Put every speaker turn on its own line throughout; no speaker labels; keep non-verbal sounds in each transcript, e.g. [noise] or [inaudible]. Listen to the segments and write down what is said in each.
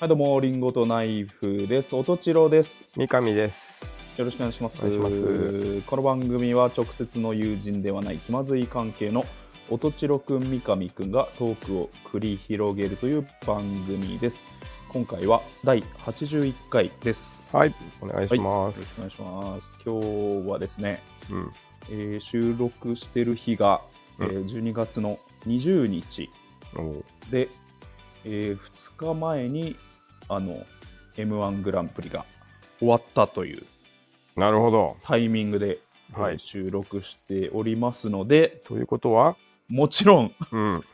はい、どうも、リンゴとナイフです。おとちろです。
三上です。
よろしくお願いします。
お願いします
この番組は直接の友人ではない気まずい関係のおとちろくん、三上くんがトークを繰り広げるという番組です。今回は第81回です。
はい、お願い
は
しま
いよろしく
す。
お願いします。今日はですね、
うん、
えー収録してる日が、えー12月の20日
おう
で、え2日前にあの m 1グランプリが終わったという
なるほど。
タイミングで、えー
はい
収録しておりますので
というこ
[laughs]
とは、
もちろん
うん、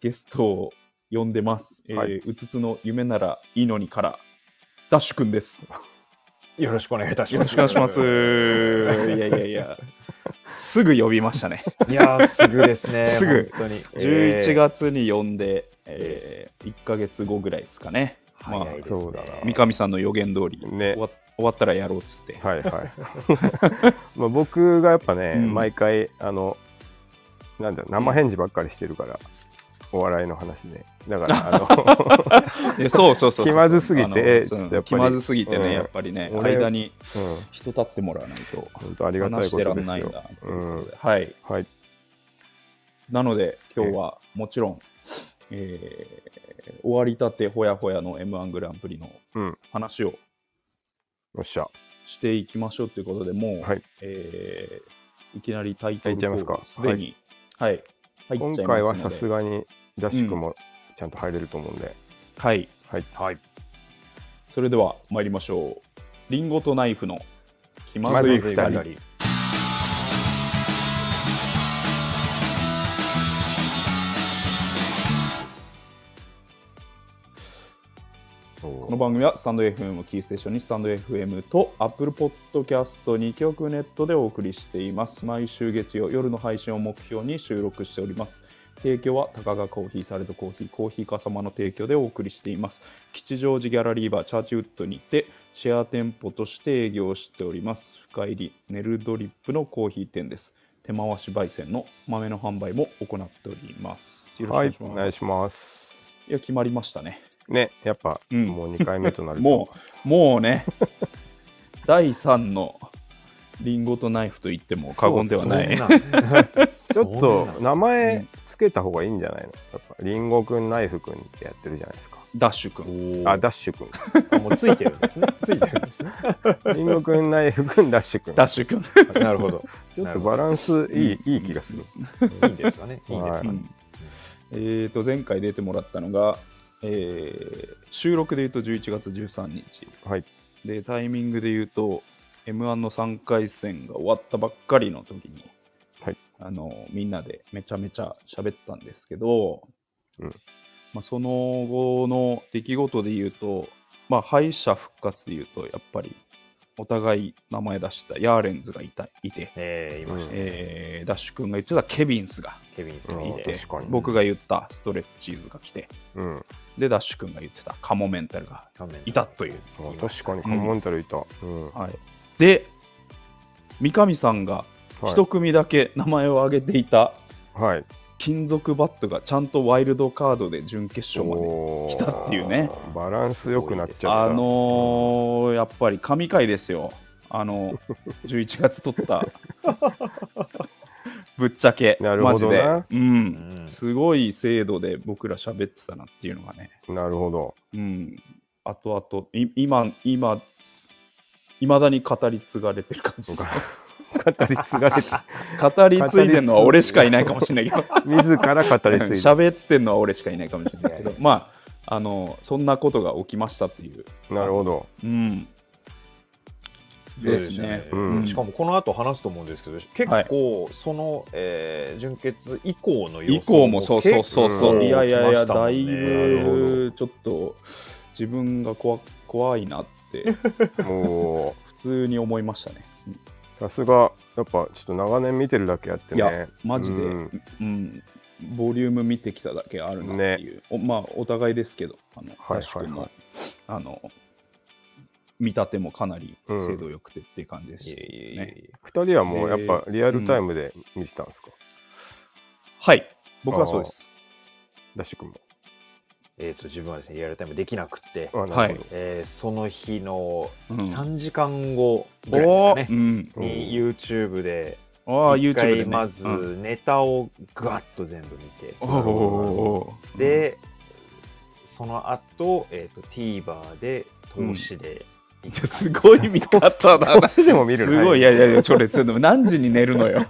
ゲストを呼んでます、えー
はい
5つの夢ならいいのにからダッシュくんです
よろしくお願いいたし
よ
ま
ろし
す。
くお願いします [laughs] いやいやいや [laughs] すぐ呼びましたね
いやー、すぐですね。
すぐ
本当に。
11月に呼んで、え1ヶ月後ぐらいですかね、
えー。
まあ
早いですね
そうだな。
三上さんの予言通り、
ね
終わ終わったらやろうっつ
[laughs]
って、 [laughs]
はいはい。まあ、僕がやっぱね、
うん
毎回、あの。なんだ、生返事ばっかりしてるから。お笑いの話ね。だから、
[laughs]
あの、
でそうそうそうそう
気まずすぎて
あの
えーちょっ
うん
とやっぱり
気まずすぎてね、
うん
やっぱりね
俺
間に
うん、
人立ってもらわないと
本当ありがた
話
い
し
こ
て
と
ら
で
ん
す
ないな
よ。
と
う
いうこと
ん
で、、はい
はい、
なので今日はもちろん、えー終わりたてほやほやの m 1グランプリの
うん、
話を
よっしゃ。
していきましょうということでもう、
はい
えーいきなりタイトル
入っちゃいますか
コールすでに、はい入
今
っちゃい
回は
ますの
さ
です
がに、ダッシュ君もちゃんと入れると思うんで。
はい
はい、
はい。
それでは参りましょう。リンゴとナイフの気ま
ま
ず
ず
い
い
二
二
人。
人。
この番組はスタンド FM をキーステーションにスタンド FM と Apple Podcast に曲ネットでお送りしています。毎週月曜夜の配信を目標に収録しております。提供は高がコーヒー、サレドコーヒー、コーヒーかさまの提供でお送りしています。吉祥寺ギャラリーバーチャーチウッドにてシェア店舗として営業しております。深入りネルドリップのコーヒー店です。手回し焙煎の豆の販売も行っております。よろしくお
は
願い
い
し、ます。い
お願いします。
や、決まりましたね。
ね、やっぱ、
うん
もう2回目となると
もう、もうね、第3のリンゴとナイフと言っても過言ではない。
そうな
ち
ん
ょっと
そうなん
名前つけた方がいいんじゃないのやっぱりんごくんナイフくんってやってるじゃないですか
ダッシュ君。
あダッシュくん
もうついてるんですね。ついてるんですね。
りんごくんナイフくんダッシュくん
ダッシュ君。
[laughs] なるほど。
ちょっとバランスいいいい気がする
いいんですかね。いいですか
う
ね。
んえー、と、前回出てもらったのが、えー収録で言うと11月13日。
はい
で、タイミングで言うと、M1 の3回戦が終わったばっかりの時に、
はい
あのみんなでめちゃめちゃ喋ったんですけど、
うん
まあ、その後の出来事で言うと、まあ、敗者復活で言うとやっぱりお互い名前出したヤーレンズがいたいて、
えー、いましたね。
えーダッシュ君が言ってたケビンスが
ケビンさん
い
い
て
て。
確かに
僕が言ったストレッチーズが来て
うん
でダッシュ君が言ってたカモメンタルがいたという、
あ確かにカモンタルいたうんは
はい、で三上さんが
い
一組だけ名前を挙げていた
はい
金属バットがちゃんとワイルドカードで準決勝まで
おー
来たっていうね
バランス良くなっちゃ
あ
った
のーやっぱり神回ですよあ
[laughs]
の11月取った [laughs] ぶっちゃけ
なるほどな
マジで、う、
うんん
すごい精度で僕ら喋ってたなっていうのがね
なるほど
うんあとあとい今今いまだに語り継がれてる感じです
語り継がれて
語り継いでるのは俺しかいないかもしれないけど
自ら語り継いだ
喋ってんのは俺しかいないかもしれないけど、まあ、あの、そんなことが起きましたっていう。
なるほど
うん。ですね。
うん
しかもこの後話すと思うんですけど、結構その、えー準決以降の
以
様子
降もそうそうそうそう、
うん
いやいやいや、
結
だ
構来
い
ましたもんね
ぶちょっと自分が怖怖いなって、
おー
普通に思いましたね。
さすがやっぱちょっと長年見てるだけあって
いや
ね、
マジで、
う
うんん、ボリューム見てきただけあるなっていう、おまあ、お互いですけど、あの、
はいはいはい
確かに、あの、見立てもかなり精度よくてっていう感じです
いえいえい
ね。
え
二人はもうやっぱリアルタイムで見てたんですか、
はい、僕はそうです。
ダッシュ君も。
えー、と自分はですねリアルタイムできなくって、
あなるほど
はい
えーその日の
うん
3時間後ぐらいです
お
か
ー
ね
う、ん。
うん
に YouTube で
ああ、
一
YouTube で、ね。
回まず
うん
ネタをぐわっと全部見て、
おーおー、
で、その後、えー、と TVer で投資で、
うんじゃすごい見方だな。
年でも見
[laughs]
る
すごい、いやいやいや、それ、それ何時に寝るの [laughs] よ。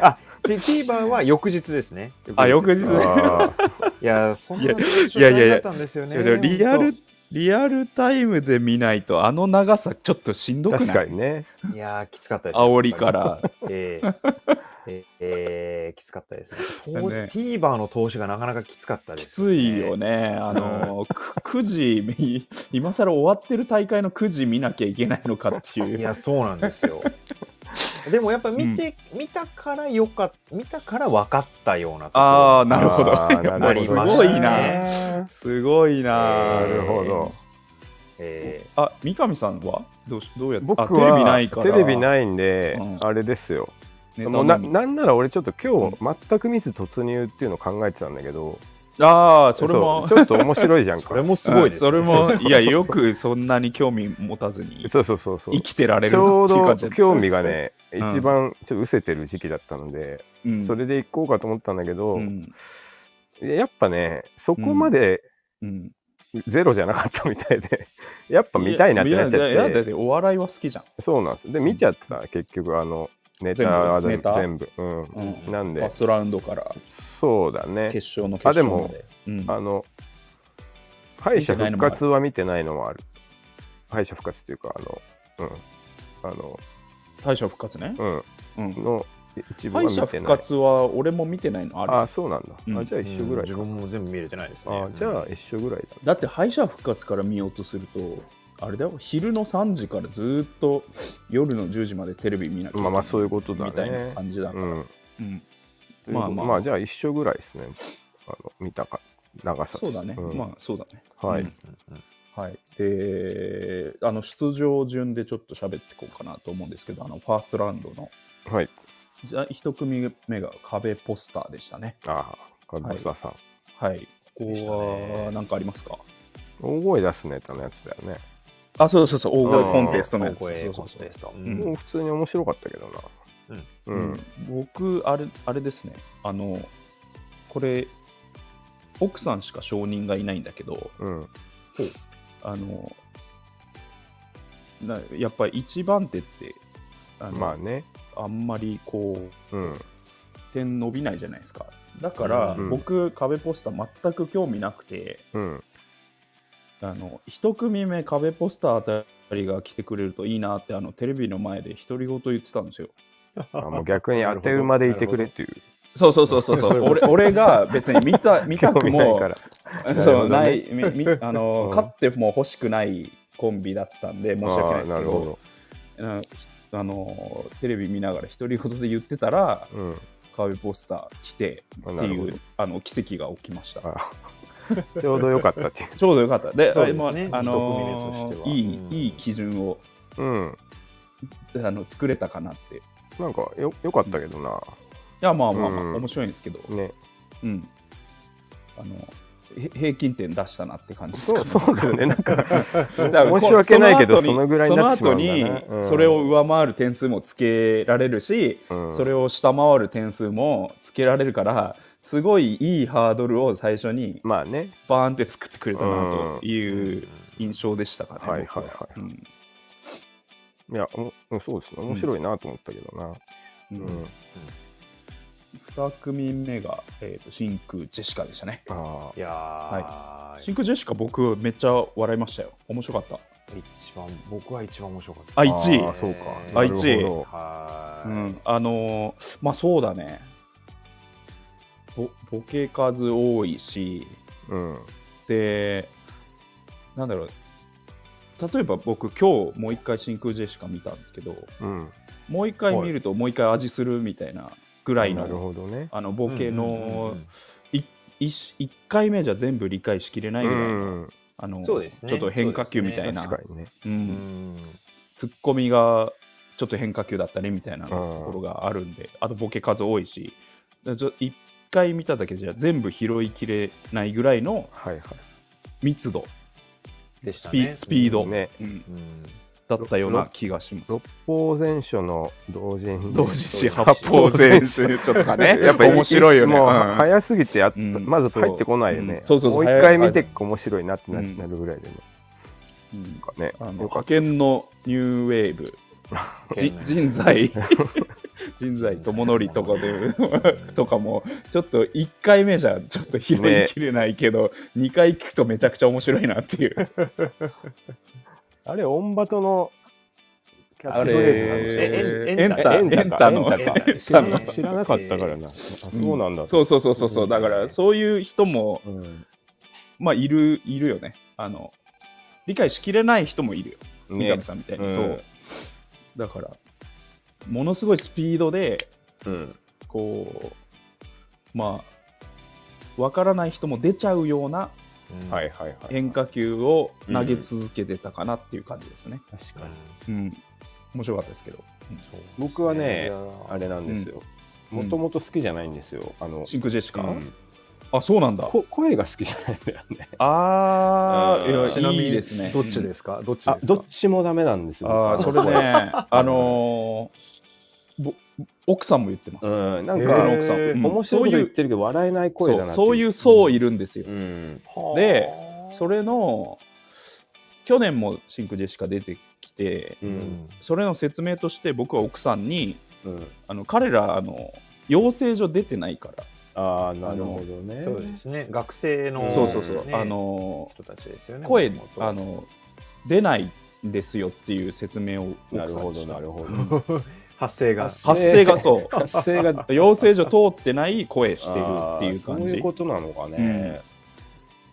あで TVer は翌日ですね
あ翌日ね
あー
いやそん
いや
な状
いやいやいや
態だったんですよね
それリアル
本、
リアルタイムで見ないと、あの長さ、ちょっとしんどくない
確かにね。
当いやーきつかったですね
煽りから。
えーえーえーきつかったですね投資
ね
TVer の投資がなかなかきつかったで
き
す、
ついよね、あのく9時み、 [laughs] 今更終わってる大会の9時見なきゃいけないのかっていう。
いやそうなんですよでもやっぱ見て、見たからよかっ見たから分かったようなところ
ああ、なるほど。
あー
やっ
な
ぱ
あ
る
りす
ほど
ごいな。
ね
すごいな。
なるほど。
え
あ、三上さんはどうしどうやって
僕は
あテレビないから。
テレビ
い。
ないんで、
うん
あれですよ。も
も
う
う
な
な
なんなら俺ちょっと今日全く見ず突入っていうのを考えてたんだけど、
ああ、それも。
そうちょっと面白いじゃん
[laughs]
ー
か。
これもすごいです、ね、
うんそれも、いや、よくそんなに興味持たずに
そうそうそうそう。
生きてられる
ち
な
ょ
っ
う
ていう感
ど
じだ
興味がね、
うん
一番ちょっと失せてる時期だったので、
うん
それで行こうかと思ったんだけど、
うん
やっぱね、そこまで
うん
ゼロじゃなかったみたいで、 [laughs] やっぱ見たいなってなっち
いやいや
ゃっ、
だっててお笑いは好きじゃん。
そうなんです。で、見ちゃった、結局、あの、ネタは
全部ネ
全
タ
部。全部うん
うん
なん
ファー
で
ス、トラウンドから
そうだね。
決勝の決勝まで。うん
あの、敗者復活は見てないのもある。敗者復活っていうか、あの、うん。あの、
敗者復活ね。う
うん。
ん
の、一部は
敗
見
者
て
復
ない。
活は俺も見てないのあ
あ、
る。
そうなんだ。
うん
あじゃあ一緒ぐらい
自
か。
分も全部見れてないですね
あじゃあ一緒ぐらいだ。
だって敗者復活から見ようとすると、あれだよ、昼の3時からずーっと夜の10時までテレビ見なきゃ
まあまあそういうことだね
みたいな感じだ。
うん。
うんまあ
まあ
ま
ま
あ
あ、じゃあ一緒ぐらいですね。あの見たか長さ。
そうだね。
うん
まあそうだね。
はい。
はい、であの出場順でちょっと喋っていこうかなと思うんですけどあのファーストラウンドの
はい。
じゃ1組目が壁ポスターでしたね
ああ、カズさん。
はいこ
でした
こ
ね
は何かありますか
大声出すネタのやつだよね。
あそうそうそう大
声コンテ
ベコンテスト。
うん
もう普通に面白かったけどな。う。
うんん、僕あれあれですねあのこれ奥さんしか証人がいないんだけど
うん。
あのなやっぱり一番手ってあの、
まあね。
あんまりこう
うん。
点伸びないじゃないですかだから、
うん
僕壁ポスター全く興味なくて
うん。
あの1組目壁ポスターあたりが来てくれるといいなってあのテレビの前で独り言言ってたんですよ
あもう逆に当て馬でいてくれっていう。
そうそうそうそう [laughs] そう俺俺が別に見た見た
興
く
味 [laughs] ない
も
から。
[laughs] なそう
な
な
る
いみみ [laughs] あの、
うん
勝っても欲しくないコンビだったんで申し訳ない
ああ
です
な
け
る
ど
ほ
あのひあのテレビ見ながら独り言で言ってたら
ど。うん。
壁ポスター来てっ
あ
て
なるほ
い
ど
うあの奇跡が起きました
ああちょうどよかったっていう。
ちょうどよかった。で、
そう
あれ
ですね
も、あの
一組目としてはい
い、
うん
いい基準を
うん。
あの作れたかなって。い
なんかよよかったけどな。
や、まあまあまあ、
うん
面白いんですけど、
ね。
うん。あの、へ平均点出したなって感じですか
そう
ね。
そうだよね。なんか、 [laughs]
だからこ
申し訳ないけど
後
そのぐらいになってしまうんだね
その後に、
うん
それを上回る点数もつけられるし、
うん
それを下回る点数もつけられるから、すごいいいハードルを最初に
まあね。
バーンって作ってくれたなという印象でしたかね。
うんはい
僕
はいはい
うん
いや、おそうですね。面白いなと思ったけどな。
う
うんん。
2組目が、えー、と真空ジェシカでしたね
ああ
い。や
真空ジェシカ僕めっちゃ笑いましたよ面白かった
一番僕は一番面白かった。
あ1位
ああそうか。
あ
なる
一位
ほ
は
う
い、
ん、あのーまあそうだねぼボケ数多いし
どうん。
でなんだろう例えば僕今日もう一回真空ジェシカ見たんですけど
うん。
もう一回
はい
見るともう一回味するみたいなぐらい
なる
の
ほどね。
あのボケ
うんうんうんう
の
ん
1回目じゃ全部理解しきれないうぐらいの
ん。
あの
そうですね
ちょっと変化球みたいな、
確かにね。
う、
うんん
ツッコミがちょっと変化球だったねみたいなところがあるんで、あとボケ数多いし、ちょ一回見ただけじゃ全部拾いきれないぐらいの
はいはい。
密度、
でし
ス
た
ピ
ね。
スピード、
ね
うん
うん
だったような気がします。
六法全書の同人
同時四
八
八方全集とか [laughs] ね
やっぱ
面白いよね。
もう
うん
早すぎてやっ
うん
まず入ってこないよね。
そううんそうそうそう
もう
早
一
い
回見て面白いなってな
うん
なるぐらいでね。
うん
なんかね
あの
よ
派
かっ
遣のニューウェーブ、じ人材、人材友則とかで、とかも、ちょっと1回目じゃちょっと拾いきれないけど、2回聞くとめちゃくちゃ面白いなっていう。
た。あれ、オンバトのキャッチフレーズ
あ
な
れ
の
エ
エ
ン
ン
タ、
タ
エンタの、
エンタか
エン
知
タの
らな知らなかったからな。あそうなんだ。
そうそうそうそうそう、だからそういう人も、
うん
まあ、いる、いるよね。あの、理解しきれない人もいるよ。三
ね
上さんみたいに、
うん
そう。だから、ものすごいスピードで、
うん
こうまあわからない人も出ちゃうような
うん
はいはいはい。
変化球を投げ続けてたかなっていう感じですね。
確
うん。
うん、面白かったですけど。
僕は
い
ね
や、
あれなんですよ。
うん
もともと好きじゃないんですよ。あの、
シンクジェシカ、
うん
あそうなんだ。
こ声が好きじゃないんだよね。
あ
うん
ーいやいいですね。
どっちですすかどっちですか
あ、どっちもダメなんですよ。
あーそ
僕
れ
は
ね、あのーぼ奥さんも言ってます。
[laughs] うん、なん
僕
か、
の奥さん、うん
面白いこと言ってるけど笑えない声だなって
そういう層いるんですよ。
うん
でそれの去年もシンクジェシカ出てきて、
う
うんん
それの説明として僕は奥さんに
うん
あの彼らあの養成所出てないから、
ああなるほどね
そうですね。学生の、
うん
そうそうそう、
ね
あの
人たちですよね。
声
もともと
あの出ないんですよっていう説明を奥
なる
さん
ほ
に
ど
した
なるほど
[laughs] 発声が。
発
[laughs] 発声がそう
発声が
養成所通ってない声してる
[laughs] あ
っ
ー
ていう感
そうい
じ
うことなのかね、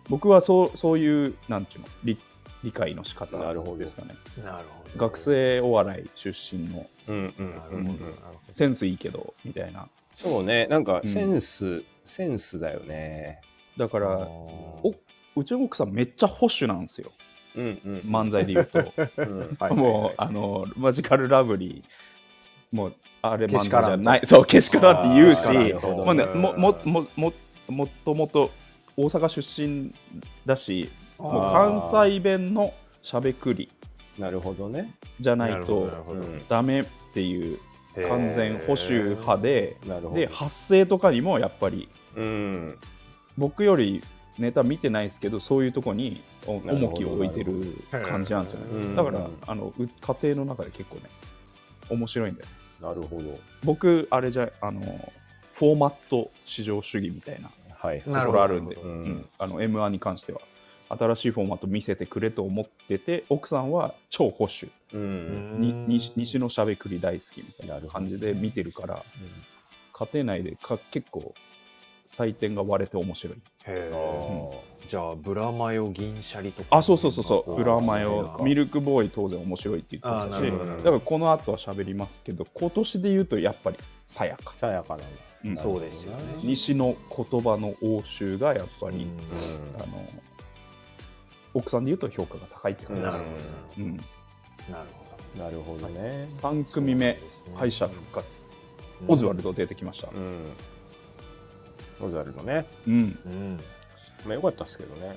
僕はそうそういうなんていうの理理解の仕方
なるほど
ですかね
なるほど。
学生お笑い出身の
うんうん
なる
う
ほ
ん
ど
う
なる
ん
ほど。
センスいいけどみたいな
そうねなんか
うん
センス、センスだよね
だか
あ
ら
ー
おうちの奥さんめっちゃ保守なんです
[laughs]
よ
うんうん
漫才で言うと。
うん
はいはいはい
もうあのマジカルラブリーもうあれ
け
漫
し
画
からん
じゃないそうけしからんって言うし
あーなるほど
もうねもももももっともと大阪出身だしもう
あ
関西弁のしゃべくり
なるほどね、
じゃな
ないるほどなる
と
ほど
うん
ダメっていう
へー
完全保守派で
なるほど
で発声とかにもやっぱり
うん
僕よりネタ見てないですけどそういうとこにお
なるほど
重きを置いてる感じなんですよ
なるほ
ね
ど
だから
うん
あのう家庭の中で結構ね面白いんだよね
なるほど
僕あれじゃあのフォーマット至上主義みたいな
はい
な
とこ
るほど
ろあるんで
な
るほど
うん
うん
あの M1 に関しては新しいフォーマット見せてくれと思ってて奥さんは超保守
うん、
に
うん
西西のしゃべくり大好きみたい
な
な
るほど
感じで見てるから家庭内でか結構採点が割れて面白い
へ
あ
ー
ー
じゃあブラマヨ銀シャリとか
あそうそうそうそうブラマ
あ
ヨ
ー
ミルクボーイ当然面白いって言っ
あー
て
な
た
る
し
ほどなるほ
だ
ど
からこの後は喋りますけど今年で言うとやっぱりさやか、
さやかなんだ
うん
そうですよね
西の言葉の応酬がやっぱ
う
り、
ん
うん
あの奥さんで言うと評価が高いって感じ
な
で
る
す
ほ、
うん
どなるほ
なるほどね。
3組目
そうですね
敗者復活
ど
オズワルド出てきました
うん。オズワルドね。
うん、
うん
まあ良かったですけどね。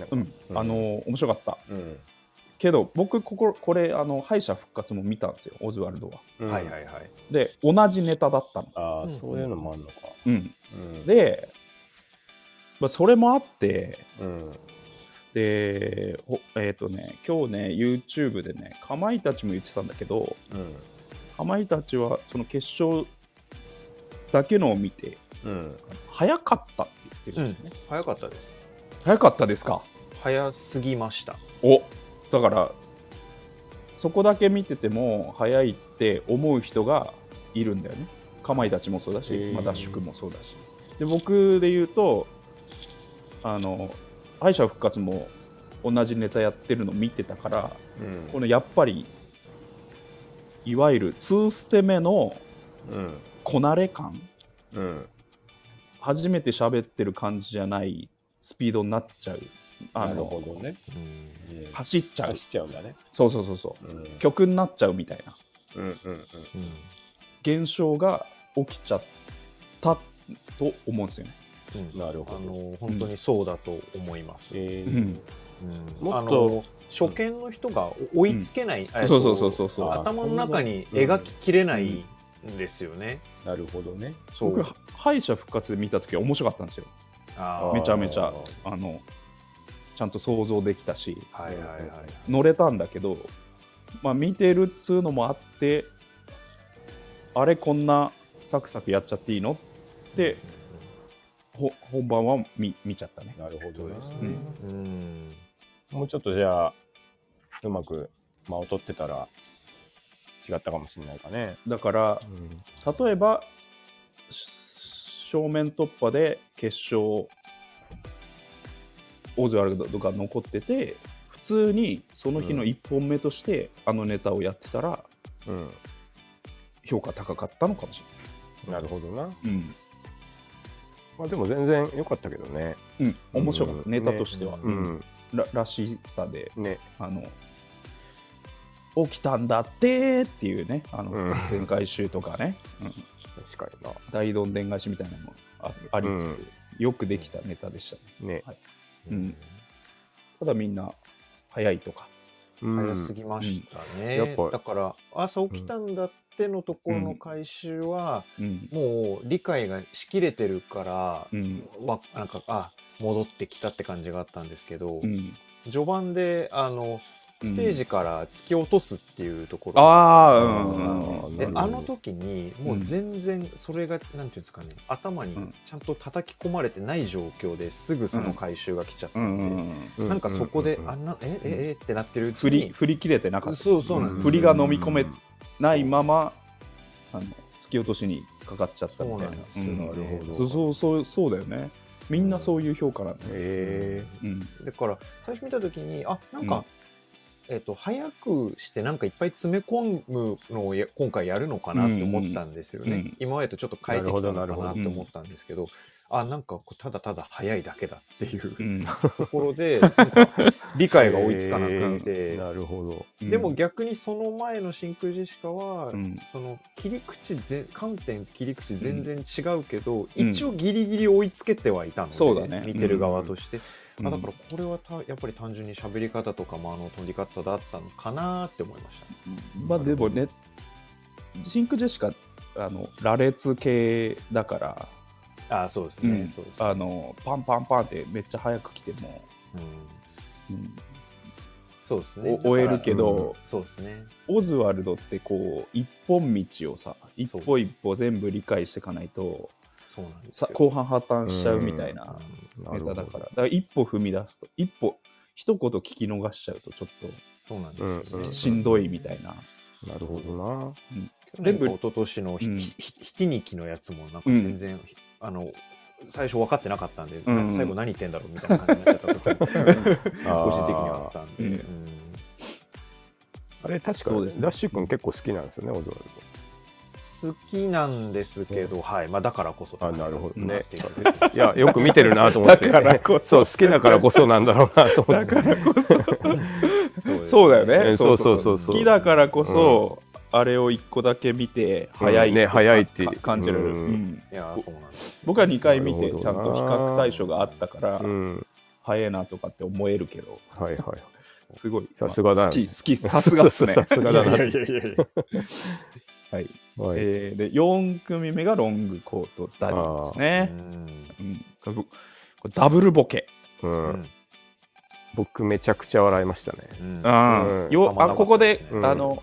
なんか
うんあ、の面白かった
うん。
けど僕こここれあの敗者復活も見たんですよオズワルドは
うん
はいはいはい
で同じネタだったの、
あ
う
あ、
ん
そういうのもあるのか。
うん、
うん、
で、まあ、それもあって
うん。
でほえっ、とね今日ね YouTube でねかまいたちも言ってたんだけど
うん。
かまいたちはその決勝だけのを見て
うん。
早かったって言ってるんですね、
早かったです
早かったですか
早すぎました
おだからそこだけ見てても早いって思う人がいるんだよねかまいたちもそうだし、
へー
まあ、ダッシュ君もそうだしで僕で言うとあの敗者復活も同じネタやってるの見てたから
うん
このやっぱりいわゆる2ステ目の
うん。
こなれ感
うん。
初めて喋ってる感じじゃないスピードになっちゃうあ
なるほ
の
どね。
走っちゃう
走っちゃうんだね。
そうそうそうそう
うん。うん
曲になっちゃうみたいな
うんうん。
うん
現象が起きちゃったと思うんですよね。
うん
なるほ
あ
ど。
の本当にそうだと思います。
え
う
ー
ん
うん
も
あ
っと
の初見の人が追いつけない、えっ
そう
と
そうそうそうそう
あ
頭の中に描ききれないんですよね。
なるほどね。
そ
僕
う
敗者復活で見た時は面白かったんですよ
あー
めちゃめちゃ
あー
あのちゃんと想像できたし
はいはいはい
乗れたんだけど、まあ、見てるっつうのもあってあれこんなサクサクやっちゃっていいのってほ本番は見見ちゃったね
なるほどね。
う
うん
ん
うん
もうちょっとじゃあ、うまく、まあ、劣ってたら、違ったかもしれないかね。
だから
うん。
例えばし正面突破で決勝オズワルドが残ってて普通にその日の1本目としてあのネタをやってたら
う
評価高かったのかもし
ん。なるほどな。
れない、
まあでも全然良かったけどね。
うんうん、面白かっ
う
た
ん
ネタとしては、
う
うん
ん。
ららしさで
ね。
あの起きたんだってーっていうねあの、
うん
全返集とかね、うん
確か
大どんでん返しみたいなのもあありつつ、よくできたネタでしたね
にな。ね。
うんただみんな早いとか
うん
早すぎましたね、
うんやっぱ
だから朝起きたんだってのところの回収は、
うん
もう理解がしきれてるから
う、ん
わなんかあ戻ってきたって感じがあったんですけど、
うん
序盤であの
うん
ステージから突き落とすっていうところ、
ああ
あ
うんうん
ー
う
な
ん
で
るほど
あの時にもう全然それが、なんていうんですかね頭に
うん
ちゃんと叩き込まれてない状況ですぐその回収が来ちゃって、
うんうんうん
なんかそこで、
う
あんなえええってなってるうち
振り
に
振り切れてなかった
そうそうなんです
振りが飲み込め
うん
ないままあの突き落としにかかっちゃったみたいな
そうなんですよ
うん
なるほど
そうそうそうそうだよねみんなそういう評価なんだよ、
え
うん
だから最初見た時にあなんか、えっと早くしてなんかいっぱい詰め込むのをや今回やるのかなって思ったんですよね、
うんうん
今までとちょっと変えてきたの
な
か
るほど
な
なるほ
って
ど
思ったんですけど、あなんかこうただただ早いだけだっていう
うん
ところでなんか理解が追いつかなくて、
ーなるほど。
うん
でも逆にその前の真空ジェシカは、
うん
その切り口ぜ観点切り口全然違うけど、
うん
一応ギリギリ追いつけてはいたので、
そうだね
見てる側として、
うん
あだからこれはたやっぱり単純に喋り方とかもあの取り方だったのかなって思いました、ね
まあでもねシンクジェシカあの羅列系だから、
ああそうですね、
うん
そうですね
あのパンパンパンってめっちゃ早く来ても、
うん
うん
そうですね
お終えるけ
だから
ど、
そうですね
オズワルドってこう一本道をさ一歩一歩全部理解していかないと
そうなんです
さ
よ
後半破綻しちゃうみたいな
うん
ネタだからだから一歩踏み出すと一歩一言聞き逃しちゃうとちょっ
そうなんですよね、
うん
としんどいみたいな、
なるほど
全
全
部
部一昨年のひ,、
うん
ひひひき肉のやつもなんか全然、あの最初分かってなかったんで、
ん
最後何言ってんだろうみたいな感じになっちゃった時が
あー
個人的には [laughs] あったんで、
うん
うん
あれ確か
そうですね
ダッシュ君結構好きなんですよね、オズワル
好きなんですけど、はいまあ、だからこそ
あなるほどね
な [laughs] っていうか
ド。いや、よく見てるなと思って。
だからこ
そう、好きだからこそなんだろうなと思って。
そうだよね、
うんそうそうそう
好きだからこそ、あれを一個だけ見て早い
うんね
とか
早いって
か感じられる、
うん
うん
いやそうなんです
僕は2回見て
なるほどな
ちゃんと比較対象があったから、
うん。
早いなとかって思えるけど
はいはい。
すごい
さすが
ま
だ
あ好き好きさすがっすね
[laughs] さすがだな。はい。
はい
はい
えーで4組目がロングコートダディですね、うんこれ僕これダブルボケ、
う
うん
ん。僕めちゃくちゃ笑いましたね。
うん
ん
よ
まあ
あここで、
うん
あの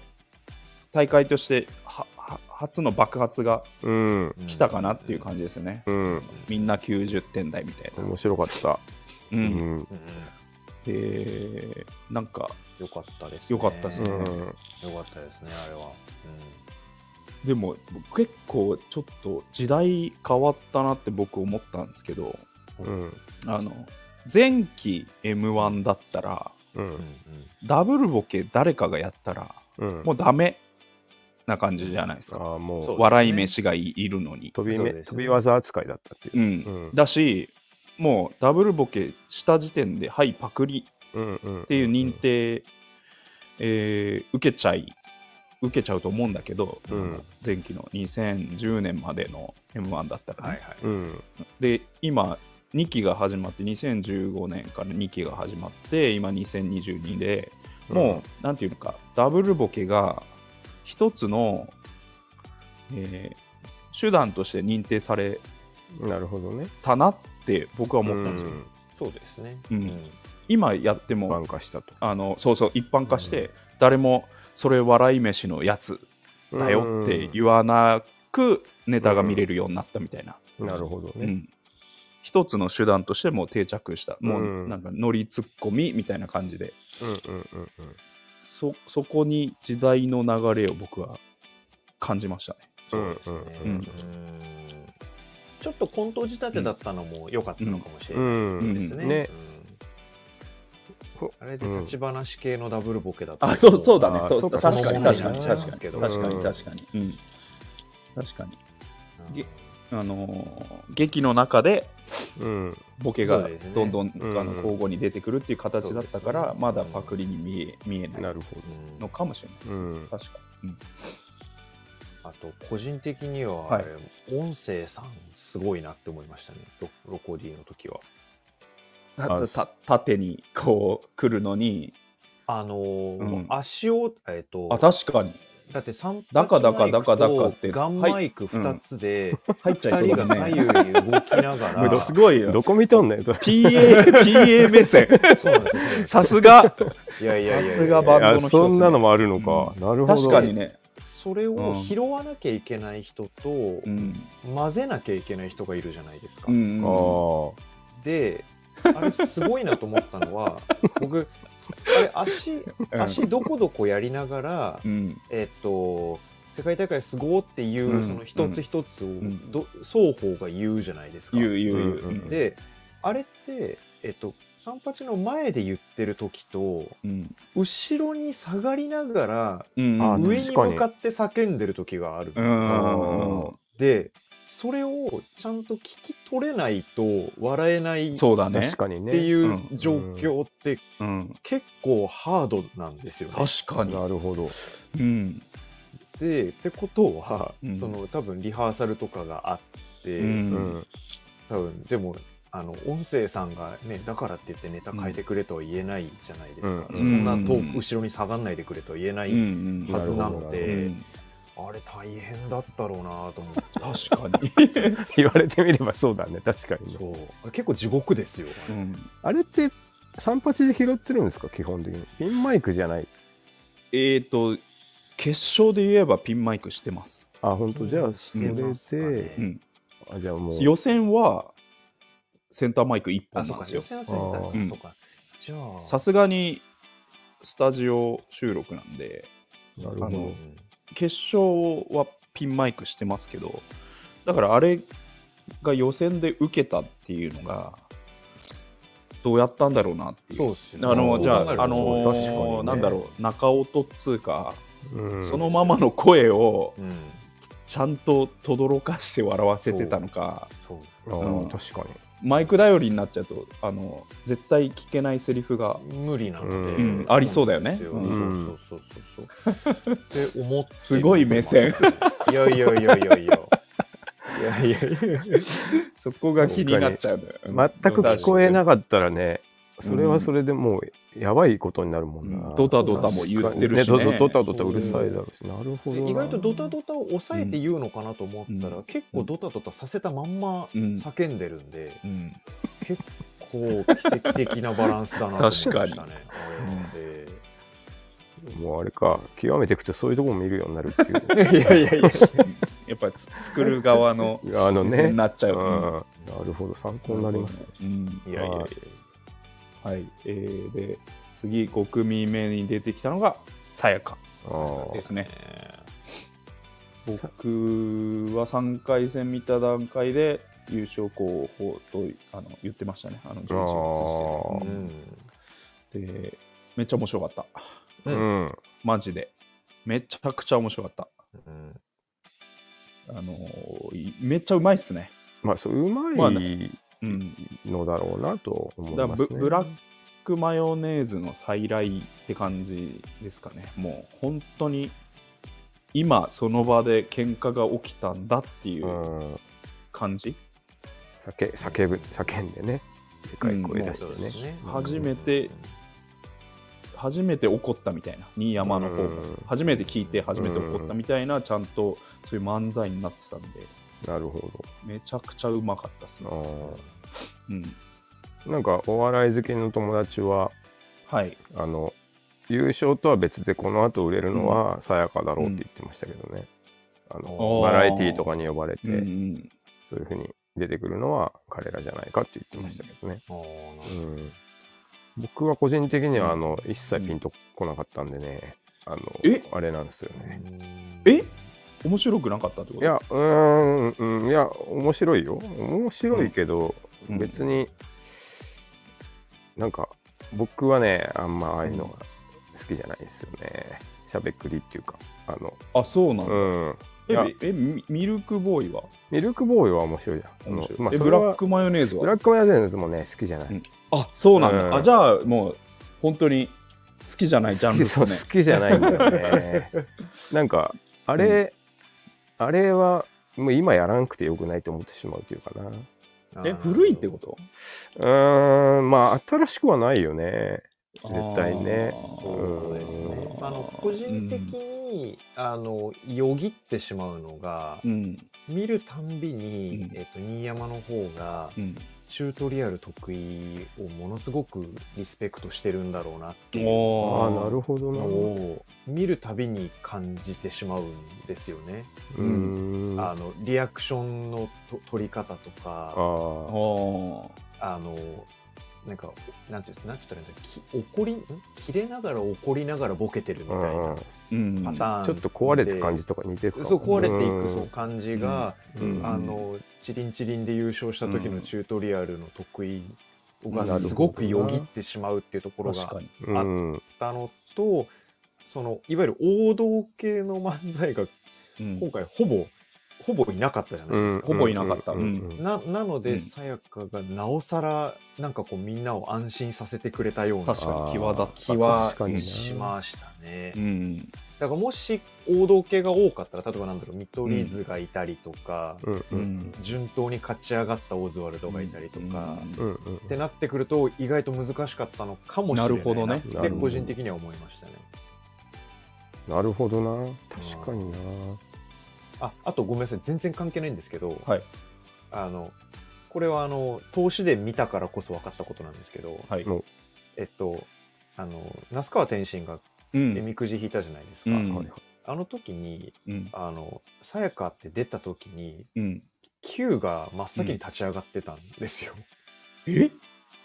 大会としてはは初の爆発が
うん。
来たかなっていう感じですよね、
うん。
みんな90点台みたいな、
面白かった。
う
うんん。
うんうん
でなんか
よかったです、ね、
よかったです
う
ね
ん。
よかったですねあれは、
でも結構ちょっと時代変わったなって僕思ったんですけど
うん。
あの前期 m 1だったら
う
うん
ん。
ダブルボケ誰かがやったら
うん。
もうダメな感じじゃないですか、
ああ、も、
そうう
笑い飯がいいるのに、
飛び
そう
目、
ですね
飛び技扱いだったっていうう。
ん
うん
だしもうダブルボケした時点ではいパクリ
うんうん。っ
っていう認定、えー受けちゃい受けちゃうと思うんだけど、
うん
前期の2010年までの m 1だったから、ね
うん
で今2期が始まって2015年から2期が始まって今2022でもう、なんていうのかダブルボケが一つの、えー手段として認定され
なるほどね
たなって僕は思ったんですよ、
うん
そうですね。
うん今やっても
挽回したと
あのそうそう一般化して誰もそれ笑い飯のやつだよって言わなくネタが見れるようになったみたいな、
うんなるほど
う
ね
ん一つの手段としてもう定着した、も
う
うんなんかノリツッコミみたいな感じで
うんうんうんうん
そそこに時代の流れを僕は感じましたね
うん
そうですね
うん
うんちょっとコント仕立てだったのも良かったのかもしれないですね。
うんね
うんあれで立ち話系のダブルボケだった
あそうそうだね
あー
そう
そっか
確か
そ
に
うか
確かに
そうか
確かに
うん
確かに確かに、うん、確かに
うん
あのー劇の中で
うん
ボケが
そうですね
どんどん、
うん
あの交互に出てくるっていう形だったから、
そうですね
まだパクリに見え見えな
ないるほ
うん
のかもしれないです、
どうん
確かに、
あと個人的には、
はい
音声さんすごいなって思いましたねロロコディの時は
うん
あ
たた縦にこう来るのに
あのー
うん
足をえっ、と
あ確かに
だって三
だかだかだかだかって
ガンマイク2つで、
入っちゃいそ
2人
う
が
だね
左右に動きなが
も
ら
うすごいよ。
どこ見とんねんそれ
PA、PA 目 [laughs] 線。
そうなんですよ
さすが。
いやいやいやいや
[laughs] さすがバンドの人
あそんなのもあるのか
う
なるほど
確かにね。
それを拾わなきゃいけない人と、
うん。
混ぜなきゃいけない人がいるじゃないですか、
うん
ああ
であれすごいなと思ったのは僕あれ足足どこどこやりながら、
うん。
えっと世界大会すごーっていう、
うん
その一つ一つを
ん
ど、双方が言うじゃないですか。
言う言う言う
うんうん。
であれって、えっと、三八の前で言ってる時と
うん。
後ろに下がりながら
うん。
あ
うん
上に向かって叫んでる時があるんです
う
よ
ん。
でそれをちゃんと聞き取れないと笑えないっ
そうだね
確。かにね
ていううん状況って
うん。
結構ハードなんですよね。
確かに。
なるほど
うん。
でってことは、
うん
その多分リハーサルとかがあって、
うん
うん [laughs]
多分でもあの音声さんが、ね、だからって言ってネタ変えてくれとは言えないじゃないですか、
うん
うん
そんな遠
うん
く後ろに下がんないでくれとは言えな
う
い、
ん。
はずなので
うん
あれ大変だったろうなと思って
確かに。
言われてみればそうだね確かにね
そうあれ結構地獄ですよ、
うん [laughs]
あれって三八で拾ってるんですか基本的にピンマイクじゃない
えっと、決勝で言えばピンマイクしてます。
あ本当じゃあそれ
うん
う
で
ん。
あじゃあもう
予選はセンターマイク1
あ
本
そ
な
うんか
ですよ
予。選はそうだ
あ
ー
なそうかじゃあ
さすがにスタジオ収録なんで
なる
あ
ほ
の
ど
決勝はピンマイクしてますけどだからあれが予選で受けたっていうのがどうやったんだろうなっていう
そうっすよ
あの
そう
じゃ
考える
あ、
と
あの
確かにね
なんだろう中音っつうか、
うん
そのままの声を
うん
ちゃんと轟かして笑わせてたのか
そう
あ
うん
ー確か
マイク頼りになっちゃうとあの絶対聞けないセリフが
無理なので、
うん
ありそうだよね
そう
うん
んそうそうそうそう。って思って
すごい目線。
いやいやいやいやいや。いやいやいや。
そこが気になっちゃうのよ
に全く聞こえなかったらね
うん
それはそれでもうやばいことになるもんな、
うんドタドタも言ってるしね
確かにドタドタうるさいだろうしなるほど
で
な
意外とドタドタを抑えて言うのかなと思ったら、
うん
結構ドタドタさせたまんま
うん
叫んでるんで、
[laughs] うん
こう奇跡的なバランスだなと思いましたね。
確か
に。
もうあれか極めていくとそういうとこも見るようになるっていう
いやいやいや。
やっぱりつ作る側の
あの
目
ね
線になっちゃ
うん、
う。
なるほど参考になりますね。
うん
いやいやいや。
はい。えーで、次5組目に出てきたのが、さやか
あー
ですね。僕は3回戦見た段階で優勝候補とあの言ってましたね。あの
あ
11
ー
うん。
月してで、めっちゃ面白かった。
う
うんん
マジで。めちゃくちゃ面白かった。
うん
あのーいめっちゃうまいっすね。
まあそううま
まあ
い
うん。
のだろうなと思い
だ
ま
から
すね
ブ。ブラックマヨネーズの再来って感じですかねもう本当に今その場で喧嘩が起きたんだっていううん感じ、
叫叫ぶ叫んでねでかい声出
そう
し
で
て
す
ね
ね
初めて初めて怒ったみたいな新山の方が、
うん
初めて聞いて初めて怒ったみたいな、ちゃんとそういう漫才になってたんで
なるほ
めちゃくちゃうまかったっすね、
ど
うん、
あーなんかお笑い好きの友達は
はい
あの優勝とは別でこの後売れるのはさやかだろうって言ってましたけどね、あの
あー
バラエティーとかに呼ばれて、
うんうん
そういうふうに出てくるのは彼らじゃないかって言ってましたけどね、
あーなるほ
うん僕は個人的にはあの一
うん
切ピンとこなかったんでねあの
え
あれなんですよ
ど
ね
ね
え面白くなかったってこと
いやうーん、うん、いや面白いよ面白いけど、
うん
別になんか僕はねあんまああいうのが好きじゃないですよねしゃべくりっていうかあの
あそうなの、
うんいや
ええミミルクボーイは
ミルクボーイは面白いじゃん
面
あの
白い、
まあ
え
そ
ブ
れは
ラックマヨネーズ
ブ
は
ラックマヨネーズもね好きじゃない、
うんあそうなんだ、
うん
あじゃあもう本当に好きじゃないジャンルです
そう
ね
好きじゃないんだよね [laughs] なんかあれ、あれはもう今やらなくてよくないと思ってしまうというかな
え古いってこと
うーんまあ新しくはないよね絶対ね
あー
そうですね。
うん
あの個人的に、あのよぎってしまうのが、
うん
見るたんびに、
うん
えっと新山の方が
うん
チュートリアル得意をものすごくリスペクトしてるんだろうなっていうの
あ
お
あ
ー
なるほどなう
を見るたびに感じてしまうんですよね。
ーん
あ
あ
のリアクションのと取り方と
あ
か、
ー
お
あのなんかなんていうんですなんて言ったらいいんだろうき怒りん切れながら怒りながらボケてるみたいな。
うんうん
ーうん
パターン
ちょっと壊れた感じとか似てるかも
そう壊れていく
ん
そう感じが、
うん
あのチリンチリンで優勝した時のチュートリアルの得意
うん
がすごくよぎってしまうっていうところが
確か
あっ
に
うん
たのとそのいわゆる王道系の漫才が
うん
今回ほぼほぼいなかったじゃな
う
いです
ん
か。
ほぼいなかった
うんうん
ななの
うん
でさやかがなおさらなんかこうみんなを安心させてくれたような
確かに際立った
気は
確かにね
しましたね。
うん
だからもし王道系が多かったら例えばなんだろう見取り図がいたりとか、
うん
う
うんん
順当に勝ち上がったオズワルドがいたりとか、
うん
うんうん
ってなってくると意外と難しかったのかもしれない
なるほどね
な
で
るほど
個人的には思いましたね
なるほどな確かにな
ああとごめんなさい全然関係ないんですけど、
はい
あのこれはあの投資で見たからこそ分かったことなんですけど、
はい
も
えっとあの那須川天心が
う
え
ん
みくじ引いたじゃないですか、
うん
はい
あの時に
うん
あのさやかって出た時に
うん、
Q が真っ先に立ち上がってたんですよ、
え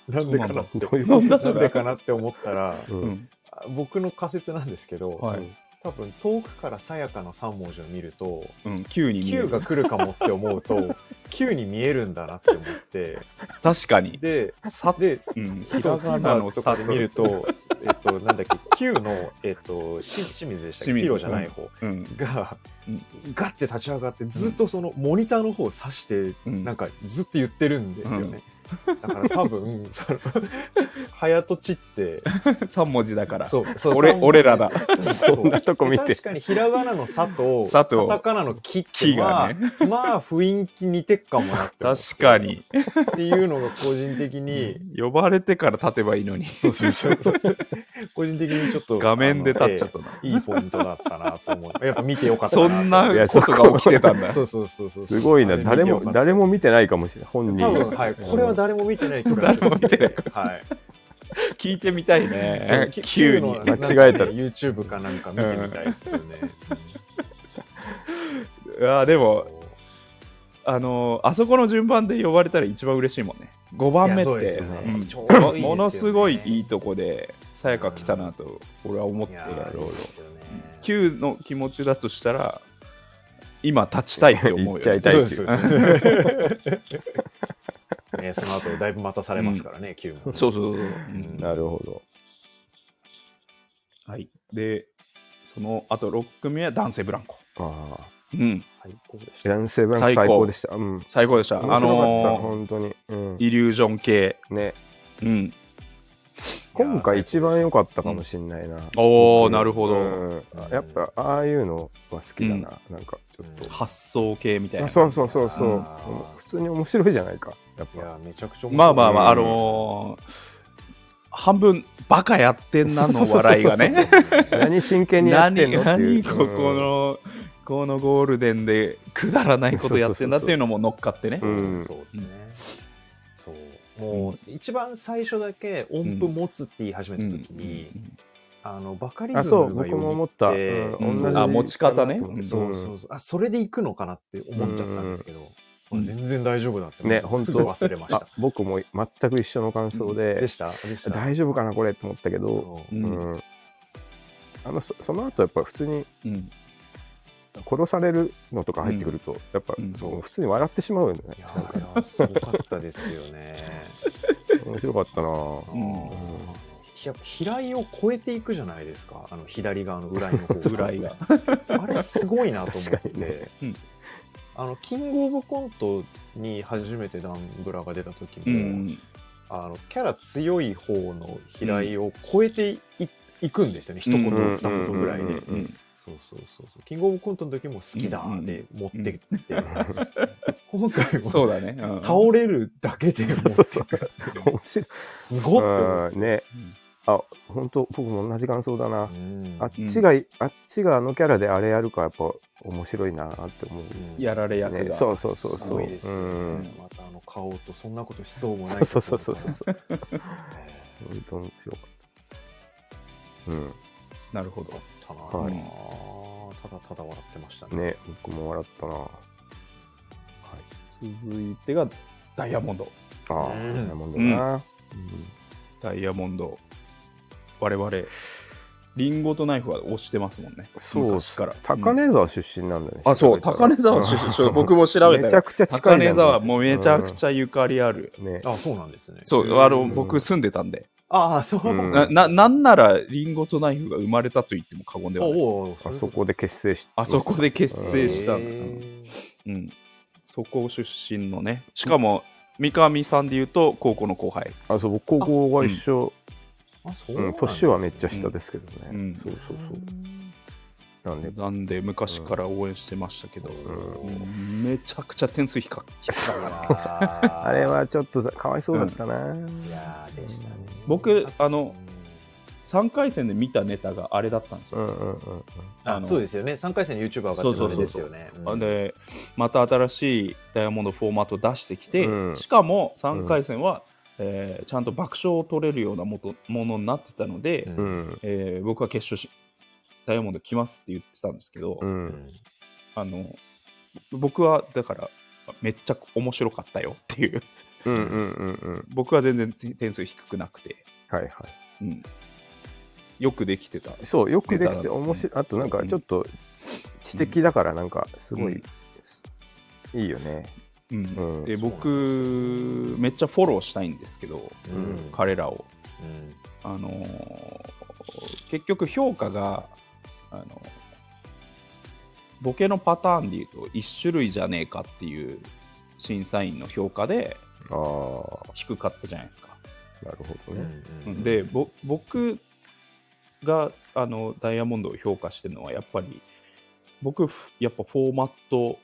なんでかなって
どういう
なんだそ
なんで
れ
かなって思った
[laughs]
ら
うん
うん
僕の仮説なんですけど、
はい
多分遠くからさやかの3文字を見ると
うん、9に見え
Q
る
が来るかもって思
[laughs]
うと Q に見えるんだなって思って
確かに、
で
さ
で
うん、ひ
そ
ら
う
がなの
TVer とか
さ
で見ると、えっと、なんだっけ Q の、えっと、し清水でしたっけ
清水
ヒロじゃない方
うん
が
うん
ガッて立ち上がってずっとそのモニターの方を指して
うん
なんかずっと言ってるんですよね。だから多分、
[laughs]
その、早とちって、
3文字だから
そう、そう
俺
三文字
俺らだ
そう
そんなとこ見て
確かにひらがなの「さ」と
さと
カタカナの「き」って
木が
は、
ね
まあ雰囲気似てっかもなって思って
確かに
っていうのが個人的に、
呼ばれてから立てばいいのに
そうそうそう個人的にちょっと
画面で立っちゃっ
あ
たな
のええいいポイントだったなと思うやっぱ見てよかった
そん
い
な
や
ことが起きてたんだ
そうそうそうそう
すごい
あ
な
れ
誰
見て
も
よかった
誰も見てないかもしれない本人
多分はいこれは誰も見てない曲だと思う
誰も見てない
はい
聞いてみたい
そう
ね [laughs] 急
き Q の
に
なんかね
間違えた
YouTube かなんか見てみたいですよね
[laughs] あでもあのあそこの順番で呼ばれたら一番嬉しいもんね5番目っ
いやそうで
て
すよね
うん
ちょうどいいですよ
[laughs]
ね
ものすごいいいとこでさやか来たなと俺は思って
い
や
やー
ろう
いい
よ
ですよね
Q の気持ちだとしたら今立ちたいって思うよ
行っちゃいたいってい
そううですそうです [laughs] ね、その後だいぶ待たされますからね、Q も。
そうそうそうそう、
ん
なるほど
はいでそのあと6組目は男性ブランコ
ああ
うん
最高でした。
男性ブランコ
最高
最高でしたうん
最高でした
面白かった
あのー
本当にうん
イリュージョン系
ね
うん
今回一番良かったかもしんないな。
おーなるほど
うんあやっぱ、ああいうのは好きだな。なんか、ちょっと。
発想系みたいな。
そうそうそうそう
あー。
普通に面白いじゃないか。やっ
い
ぱ。
や、めちゃくちゃ面白い
まあまあまあ、あ
うん
のー半分バカやってんなの笑いがね。
何真剣にやっ
何
てんのってい
[laughs]
う。
何ここの、このゴールデンでくだらないことやってんだっていうのも乗っかってね。
う
うん
ん
そうですね。そうもう、一番最初だけ音符持つって言い始めた時に、あの、バカリズムが
あそう
よぎ
僕も思った
て
うん
同じあ持ち方ね
そう
うん
そうそうそう。あ、それで行くのかなって思っちゃったんですけど、
うん
あ全然大丈夫だって。
ね本当
すぐ忘れまし
あ
た。
僕も全く一緒の感想
で
で
したでした
大丈夫かなこれって思ったけど、
そううん
うん
うんあのそその後やっぱ普通に
うん
殺されるのとか入ってくると、やっぱ、
うん
そう普通に笑ってしまうよね
いやいやすごかったですよね。
面白かったな
あ
ぁ
ん
ーやっぱ平井を超えていくじゃないですか、あの左側の浦井の
[laughs]
方
浦井が。
あれすごいなと思っ
確かにね
て、
うん
あのキングオブコントに初めてダンブラが出た時
う
も、
ん
あのキャラ強い方の平井を超えてい,、くんですよね一言二
うん
言ぐらいで、
うんうんうん
そうそうそうそうキングオブコントの時も「好きだ」で持ってって、今回
そ
も
うだね。うん
倒れるだけでも
そうそうそう面白い
[laughs] すごっって思っ
うんねあ本当僕も同じ感想だな、
たうん
あっちが、あっちがあのキャラであれやるからやっぱ面白いなって思う、
うん
やられ役
ね、
が。
そうそうそう
す
そ
ご
う、
いですよね、
うん、
またあの顔とそんなことしそうもない
そうそうそうそうそう
[laughs] ところがね
本当面白かったうん
なるほど。
たな、
はい
ただただ笑ってましたね
ね僕も笑ったなはい
続いてがダイヤモンド。
ああ、
うん
ダイヤモンドな、
ダイヤモンド。我々、リンゴとナイフは推してますもんね。
そうっ
昔
す
から。
高
うん
根沢出身なんだね、
あ、そう。
調べた
高
ら
根沢出身そう。僕も調べたよ。
めちゃくちゃ近い
高
じゃ
根
ん
沢もうめちゃくちゃゆかりある。
ね
あそうなんですね
そう、
うん
あの、僕住んでたんで。
ああそう、
うん
な、ななんなら、リンゴとナイフが生まれたと言っても過言ではない。
おうおう
あそこで結成し
あそこで結成した
へ
んだ。
ー
うん。そこ出身のね。しかも、三上さんで言うと、高校の後輩。
あそう僕高校が一緒、
あそう
う
なんんですね
年はめっちゃ下ですけどね、
うん
そうそうそうなんで
なんで、昔から応援してましたけど、
う
うんめちゃくちゃ点数低かった
いや
な。
ー
あれはちょっとさかわいそうだったな、
いやーでしたね
僕
あ、
あ
う
の
ん、
3回戦で見たネタがあれだったんです
う
よ。
んうんうん
あ
あ
の
そうですよね3回戦 YouTube 上がってるのでですよねうん
でまた新しいダイヤモンドフォーマット出してきて、
うん
しかも3回戦は、えーちゃんと爆笑を取れるようなもとものになってたので、
うん
うん
えー僕は決勝しダイヤモンド来ますって言ってたんですけど、
うん、
うん
あの僕はだからめっちゃ面白かったよっていう
うんうんうんうん
僕は全然点数低くなくて、
はいはい
うん、よくできてた
そうよくでき
ネタ
て
だ
面白いあとなんかちょっと知的だからなんかすごい、いいよね
うん
うん
で僕めっちゃフォローしたいんですけど、
うん
彼らを
うん
あのー結局評価が、あのーボケのパターンでいうと1種類じゃねえかっていう審査員の評価で
ああ
低かったじゃないですか。
なるほど
うん
ね
うんうん
でぼ僕があのダイヤモンドを評価してるのはやっぱり僕ふやっぱフォーマット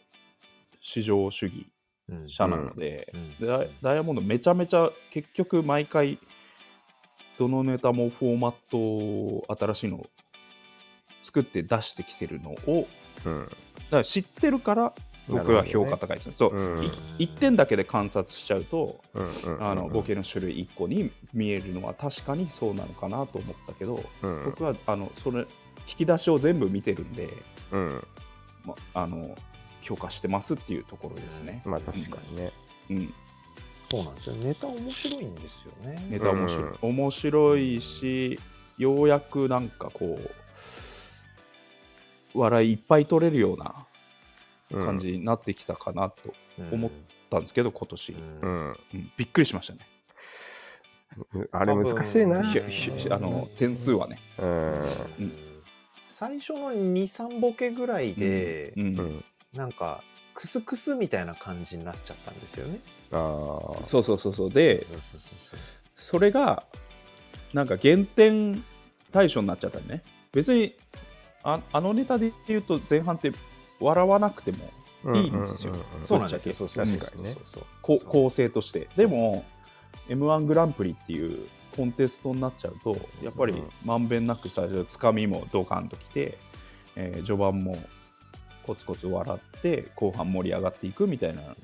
至上主義
うん
者なので、
うん
ダイダイヤモンドめちゃめちゃ結局毎回どのネタもフォーマットを新しいのを作って出してきてるのを
うん
だから知ってるから僕は評価高いですね。そうう、
んうん
一点だけで観察しちゃうと
うんうん
あのボケの種類1個に見えるのは確かにそうなのかなと思ったけど、
うん
僕はあのそれ引き出しを全部見てるんで、
うん
ま、あの評価してますっていうところですね。
まあ確かにね
うん
そうなんですよネタ面白いんですよね
ネタ面白い,、面白いしようやくなんかこう笑いいっぱい取れるような感じになってきたかなと思ったんですけど、今年、
う
うん
ん
うんびっくりしましたね、
あれ難しいな
うん
ひひひあの点数はね、
うん
うん
最初の23ボケぐらいで、
うん
うん
なんかクスクスみたいな感じになっちゃったんですよね
ああ
そうそうそうそうで
そうそうそうそう
それがなんか減点対象になっちゃったりね別にああのネタで言うと前半って笑わなくてもいいんですよ
うんうんうんうん
そうなんですよ。
ぶっち
ゃけ
そうそう
確かにね
そうそう
こ構成としてでも m 1グランプリっていうコンテストになっちゃうとやっぱ
う
り
ん
まんべんなく最初つかみもドカンときて、えー序盤もコツコツ笑って後半盛り上がっていくみたいな
そう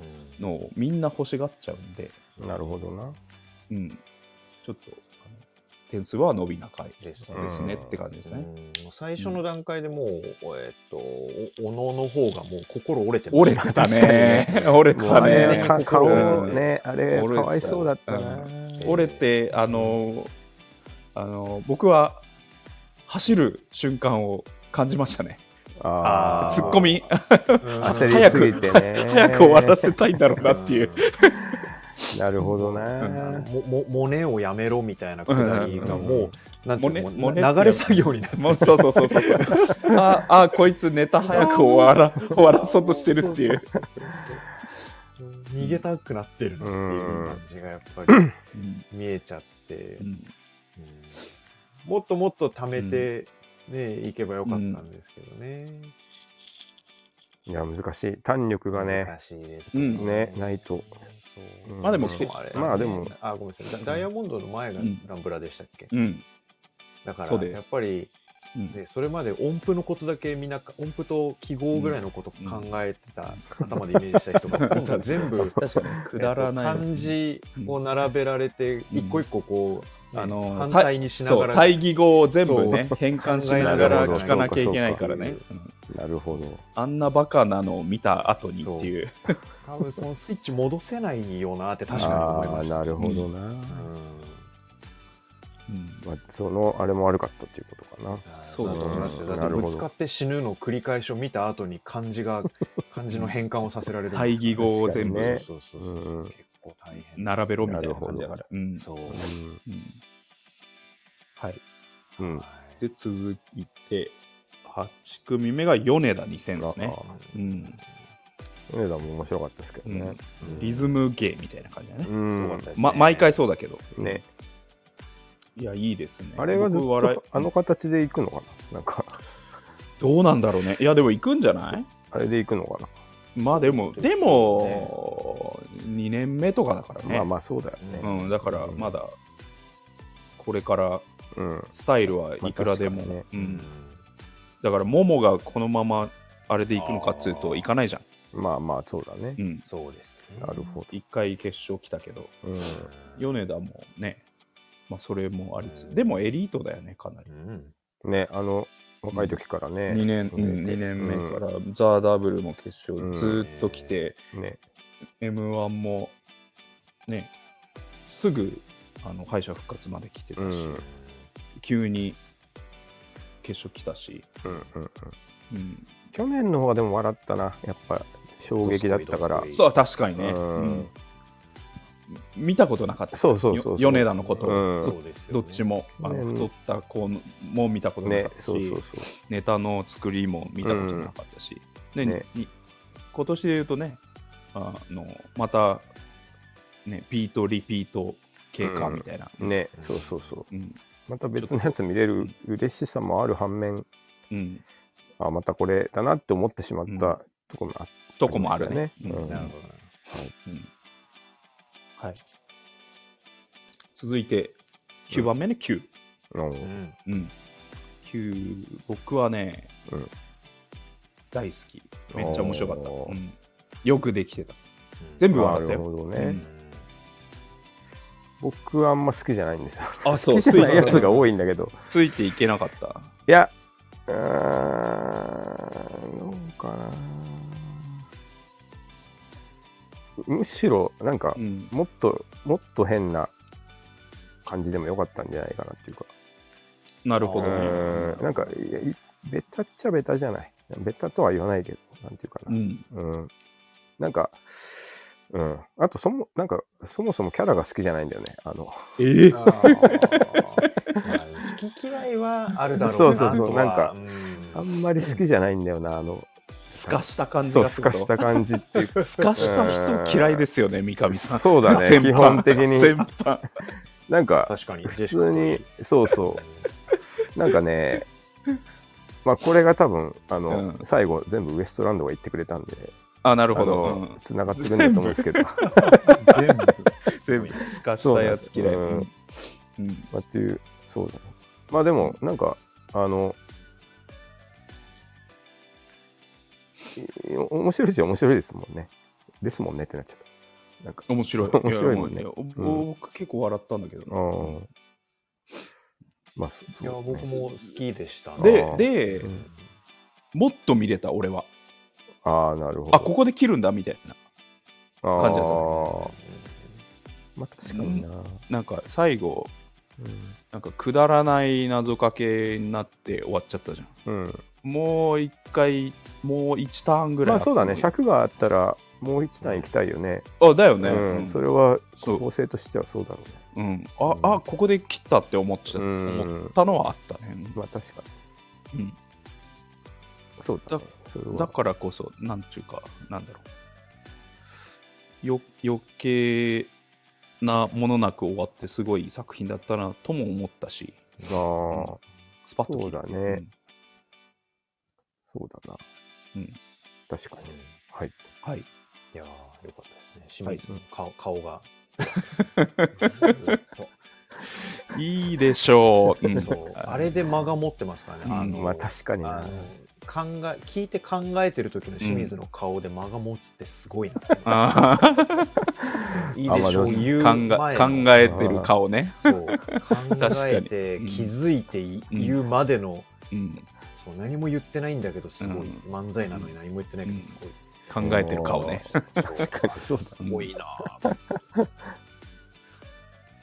うん
のをみんな欲しがっちゃうんで、
なるほどな。
うん、ちょっとあの点数は伸びなかいで
ですす
ね
ね
って感じですね。
うんもう最初の段階でもう、えーっと、おおのの方がもう心折れてま
折れてたね。 [laughs] 折れてた
あれ
ね。
か顔
折れて
ね、あれ、か
俺
わいそうだった
う
な。
折れて、あの、あの、僕は走る瞬間を感じましたね。
あ
あー
ツッコミ、
焦
焦
りすぎてね。
早く終 [laughs] わらせたいんだろうなって
[laughs]
いう。
なるほど
あの
な。
ももモネをやめろみたいなくだりが
うんうん
もう、なんてい
モネ
うの、もう
モネって
流れ作業になって
もうそうそうそうそう。ああ、こいつネタ早く終わら、終わらそうとしてるっていう。
逃げたくなってるなっていう感じがやっぱり見えちゃって、
うん
うんもっともっと貯めて、ねいけばよかったんですけどね、
いや、難しい。弾力がね、
難しいです
うん
ね、ないと。
そう
うん
まあでも
うん
しかもあれ
まあでも
あごめんなさいダダイヤモンドの前が
うん
ダンブラでしたっけ、
うん。
だか
そう
ら
です
やっぱり
うん
ね、それまで音符のことだけみんな音符と記号ぐらいのこと考えてた、頭でイメージした人
[laughs]
が今度は全部
確かにくだらない。
えっと漢字を並べられて
うん
一個一個こ
うん
う、あ
あの
の反対にしな
そ
が
う、
ら
対義語を全部ね、変換しながら
考えながら
聞かなきゃいけないからね
そうか。
うん
なるほど。
あんなバカなのを見た後にっていう。
多分そのスイッチ戻せないよなって確かに思い
あ
ま
あ、
した。
なるほどな。
うん
まあ、その、あれも悪かったっていうことかな。
そうだと思います
よ
だ
な
っ
る
て
ほど
ぶつかって死ぬの繰り返しを見た後に漢字が漢字の変換をさせられるんですから
対義語を全部
ね
そうそうそうそう
うん
結構大変です
並べろみたいな感じだから。うん
そう、
うんはい。
うん。うん。
で、続いて、8組目が米田2000ですね。うん。
米田も面白かったですけどね。
リズム芸みたいな感じだね。
うん
すごかったですね
ま、毎回そうだけど。
ね。
いや、いいですね。
あれはずっ
僕笑い
と、あの形で行くのかななんか、 [laughs]
どうなんだろうね。いや、でも行くんじゃない
あれで行くのか
まあでも、でも、2年目とかだから
な
ね。
まあまあ、そうだよね。
うん、だから、
うん
まだ、これから、
うん。
スタイルはいくらでも。
まあ確
う
うん
ん。だから、ももがこのまま、あれで行くのかっつうと、行かないじゃん。
まあまあ、そうだね
う。ん。
そうですね
なるほ
一回決勝来たけど。
ど。うん。
米田もね、まあ、それもありつ
う
つ、
ん
でもエリートだよね、かなり。
うん
ね、あの、若い時からね。
2年
うん
二年目から、ザ・ダブルも決
う
勝
ん
ずーっと来て、
ね。
m 1もね、すぐあの敗者復活まで来てたし、
うん
急に決勝来たし、
うんうんうん。
うん、
去年の方はでも笑ったな。やっぱ、衝撃だったから。
そうは確かに
う
ね、
ん。
うん見たことなかった、
そうそうそうそう
よ米田のこと、
うん
そうですよ
ど
ね
っちも、あの
うん
太った子も見たことな
ね
かっ、たし、
そうそうそ
ネタの作りも見たことなかったし、で
ね
に今年で言うとねあのまた、ね、ピートリピート経過みたいな、
う。ね、そうそうそう。
うん
また別のやつ見れる嬉しさもある反面、
うん
あ、またこれだなって思ってしまったとこもあっ
とこもあるね
ありますよ
う
ね
ん
なるほどな
うんはい、続いて9番目の9、
たの。
うん
うん九僕はね、
うん
大好きめっちゃ面白かった、
おー
うんよくできてた全部
な
笑った
る
よ
ほど
う
ね
ん。
僕はあんま好きじゃないんですよ。
あ
好きじゃないやつが多いんだけど。
ついていけなかった
いや、うーん、どうかな。むしろ、なんか
う、ん
もっと、もっと変な感じでもよかったんじゃないかなっていうか。
なるほ
う
どね
ーん、なんか、いやいベタっちゃベタじゃない。ベタとは言わないけど、なんていうか
う
な。
ん
うん。なんか、うん。あと、そも、なんか、そもそもキャラが好きじゃないんだよね。あの、
え
あーまあ好き嫌いはあるだろうな
そうそうそう
とは
なんか
うん
あんまり好きじゃないんだよな、あの、
すかした感じ
そう、
が
す
す
か
る
した感じ
[laughs]
っていうか
すかした人嫌いですよね三上さん [laughs]
そうだね、
全
基
般
本的に。
全般
なんか、
確かに。
普通に、そうそう。なんかね、まあこれが多分、あの、
うん
最後全部ウエストランドが言ってくれたんで、
あ、なる
あ
ほど。
の、繋がってくんだと思うんですけど、
全部。
全部透かしたやつ嫌い。
そうなん
う
で
んうん
まあっていう、そうだね。まあでも、なんか、あの、い面白いっちゃ面白いですもんね。ですもんねってなっちゃった。なんか、
面白い。
面白いもん
や
ね
や僕結構笑ったんだけど
あ
な。
ーまあ、そ
いや、
そう
僕も好きでしたね。
で
あ、ー
で
う、ん
もっと見れた、俺は。
ああ、なるほど。
あ、ここで切るんだ、みたいな。感じだった
あーまあ、確かにな。
なんか、最後、
うん
なんか、くだらない謎かけになって終わっちゃったじゃん。
うん、
もう一回、もう一ターンぐらい。
まあそうだね尺があったらもう一段行きたいよね、
あ、だよね。
うん
うん
それは
そう
構成としてはそうだろうね
うん、あ、あ、ここで切ったって思っちゃ
うん
思ったのはあったね。
まあ確か
うん
にそうだ,、ね、それは
だからこそ、なんていうか、なんだろう。よ余計なものなく終わって、すごい作品だったなとも思ったし、
ああー
スパッと切る
そうだねそうだな、
うん
確かにはい
うんはい。
いやー、よかったですね。清水の顔顔が。
いいでしょう。うん
そうあれで間が持ってますからね。あの
まあ確かに
あ
な
の考え聞いて考えてる時の清水の顔で間が持つってすごいな。
あー
いいでしょ
あまあ
う、言う
考
前
え
の
考えてる顔ね。
そう考え
確か
て
に
気づいてい
うん
言うまでの、
うん、
そう何も言ってないんだけどすごい、
うん
漫才なのに何も言ってないけどすごい、
考えてる顔ね。
確かに [laughs] そう
すごいなぁ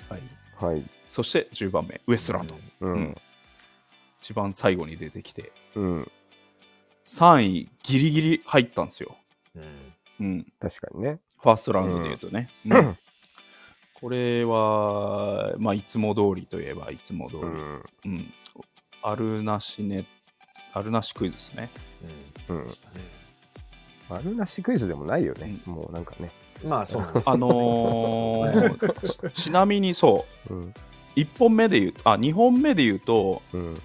はい、
だはい
そして10番目、ウエストランド。
う
うんん一番最後に出てきて、
うん、
3位ギリギリ入ったんですよ、
うん
うん、
確かにね
ファーストラウンドでいうとね、うんこれは、まあ、いつも通りといえばいつも通り、
う
うん
ん
あるなしねあるなしクイズです
[laughs]
ね
う
うん
ん
あるなしクイズでもないよね、もうなんかね、
まあそうなんですよ
あのーちちなみにそう
うん
1本目で言うあ2本目で言うと、
うん、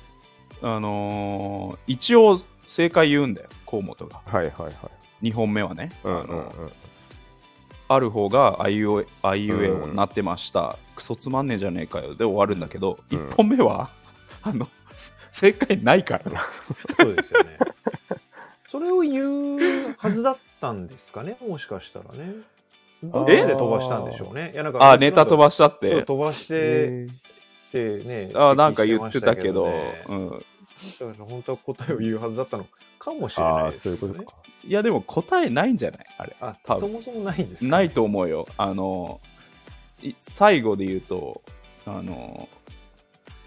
あのー一応正解言うんだよ河本が
はいはいはい
2本目はね、
うん
あ
う
の
ん
ー
うん
ある方があいうえあいうえ
うん
おになってました、クソつまんねえじゃねえかよで終わるんだけど、
う
一
ん
1本目は [laughs] あのせ正解ないからな
そうですよねそれを言うはずだったんですかねもしかしたらねどっちで飛ばしたんでしょうねいやなんか
あネタ飛ばしたっ
そう
て
飛ばして
え
ってね
あなんか言ってたけど
指摘してま
うん、
したけねだから本当は答えを言うはずだったのかもしれ
あ
な
あ
いです
そう
ね
いうことか
いやでも答えないんじゃないあれ
あ
多分
そもそもないんですか
ないと思うよあのい最後で言うとあの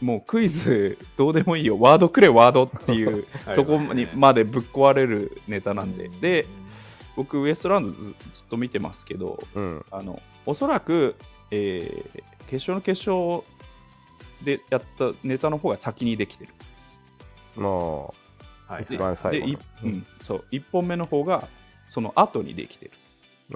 もうクイズどうでもいいよワードくれワードっていう
ありますね
とこにまでぶっ壊れるネタなんで、
う
で僕ウエストランドずずっと見てますけど
うん
あのおそらく、えー決勝の決勝でやったネタの方が先にできてる
まあ
はい
一番最
で
後の
いうん、そう1本目の方がその後にできてる、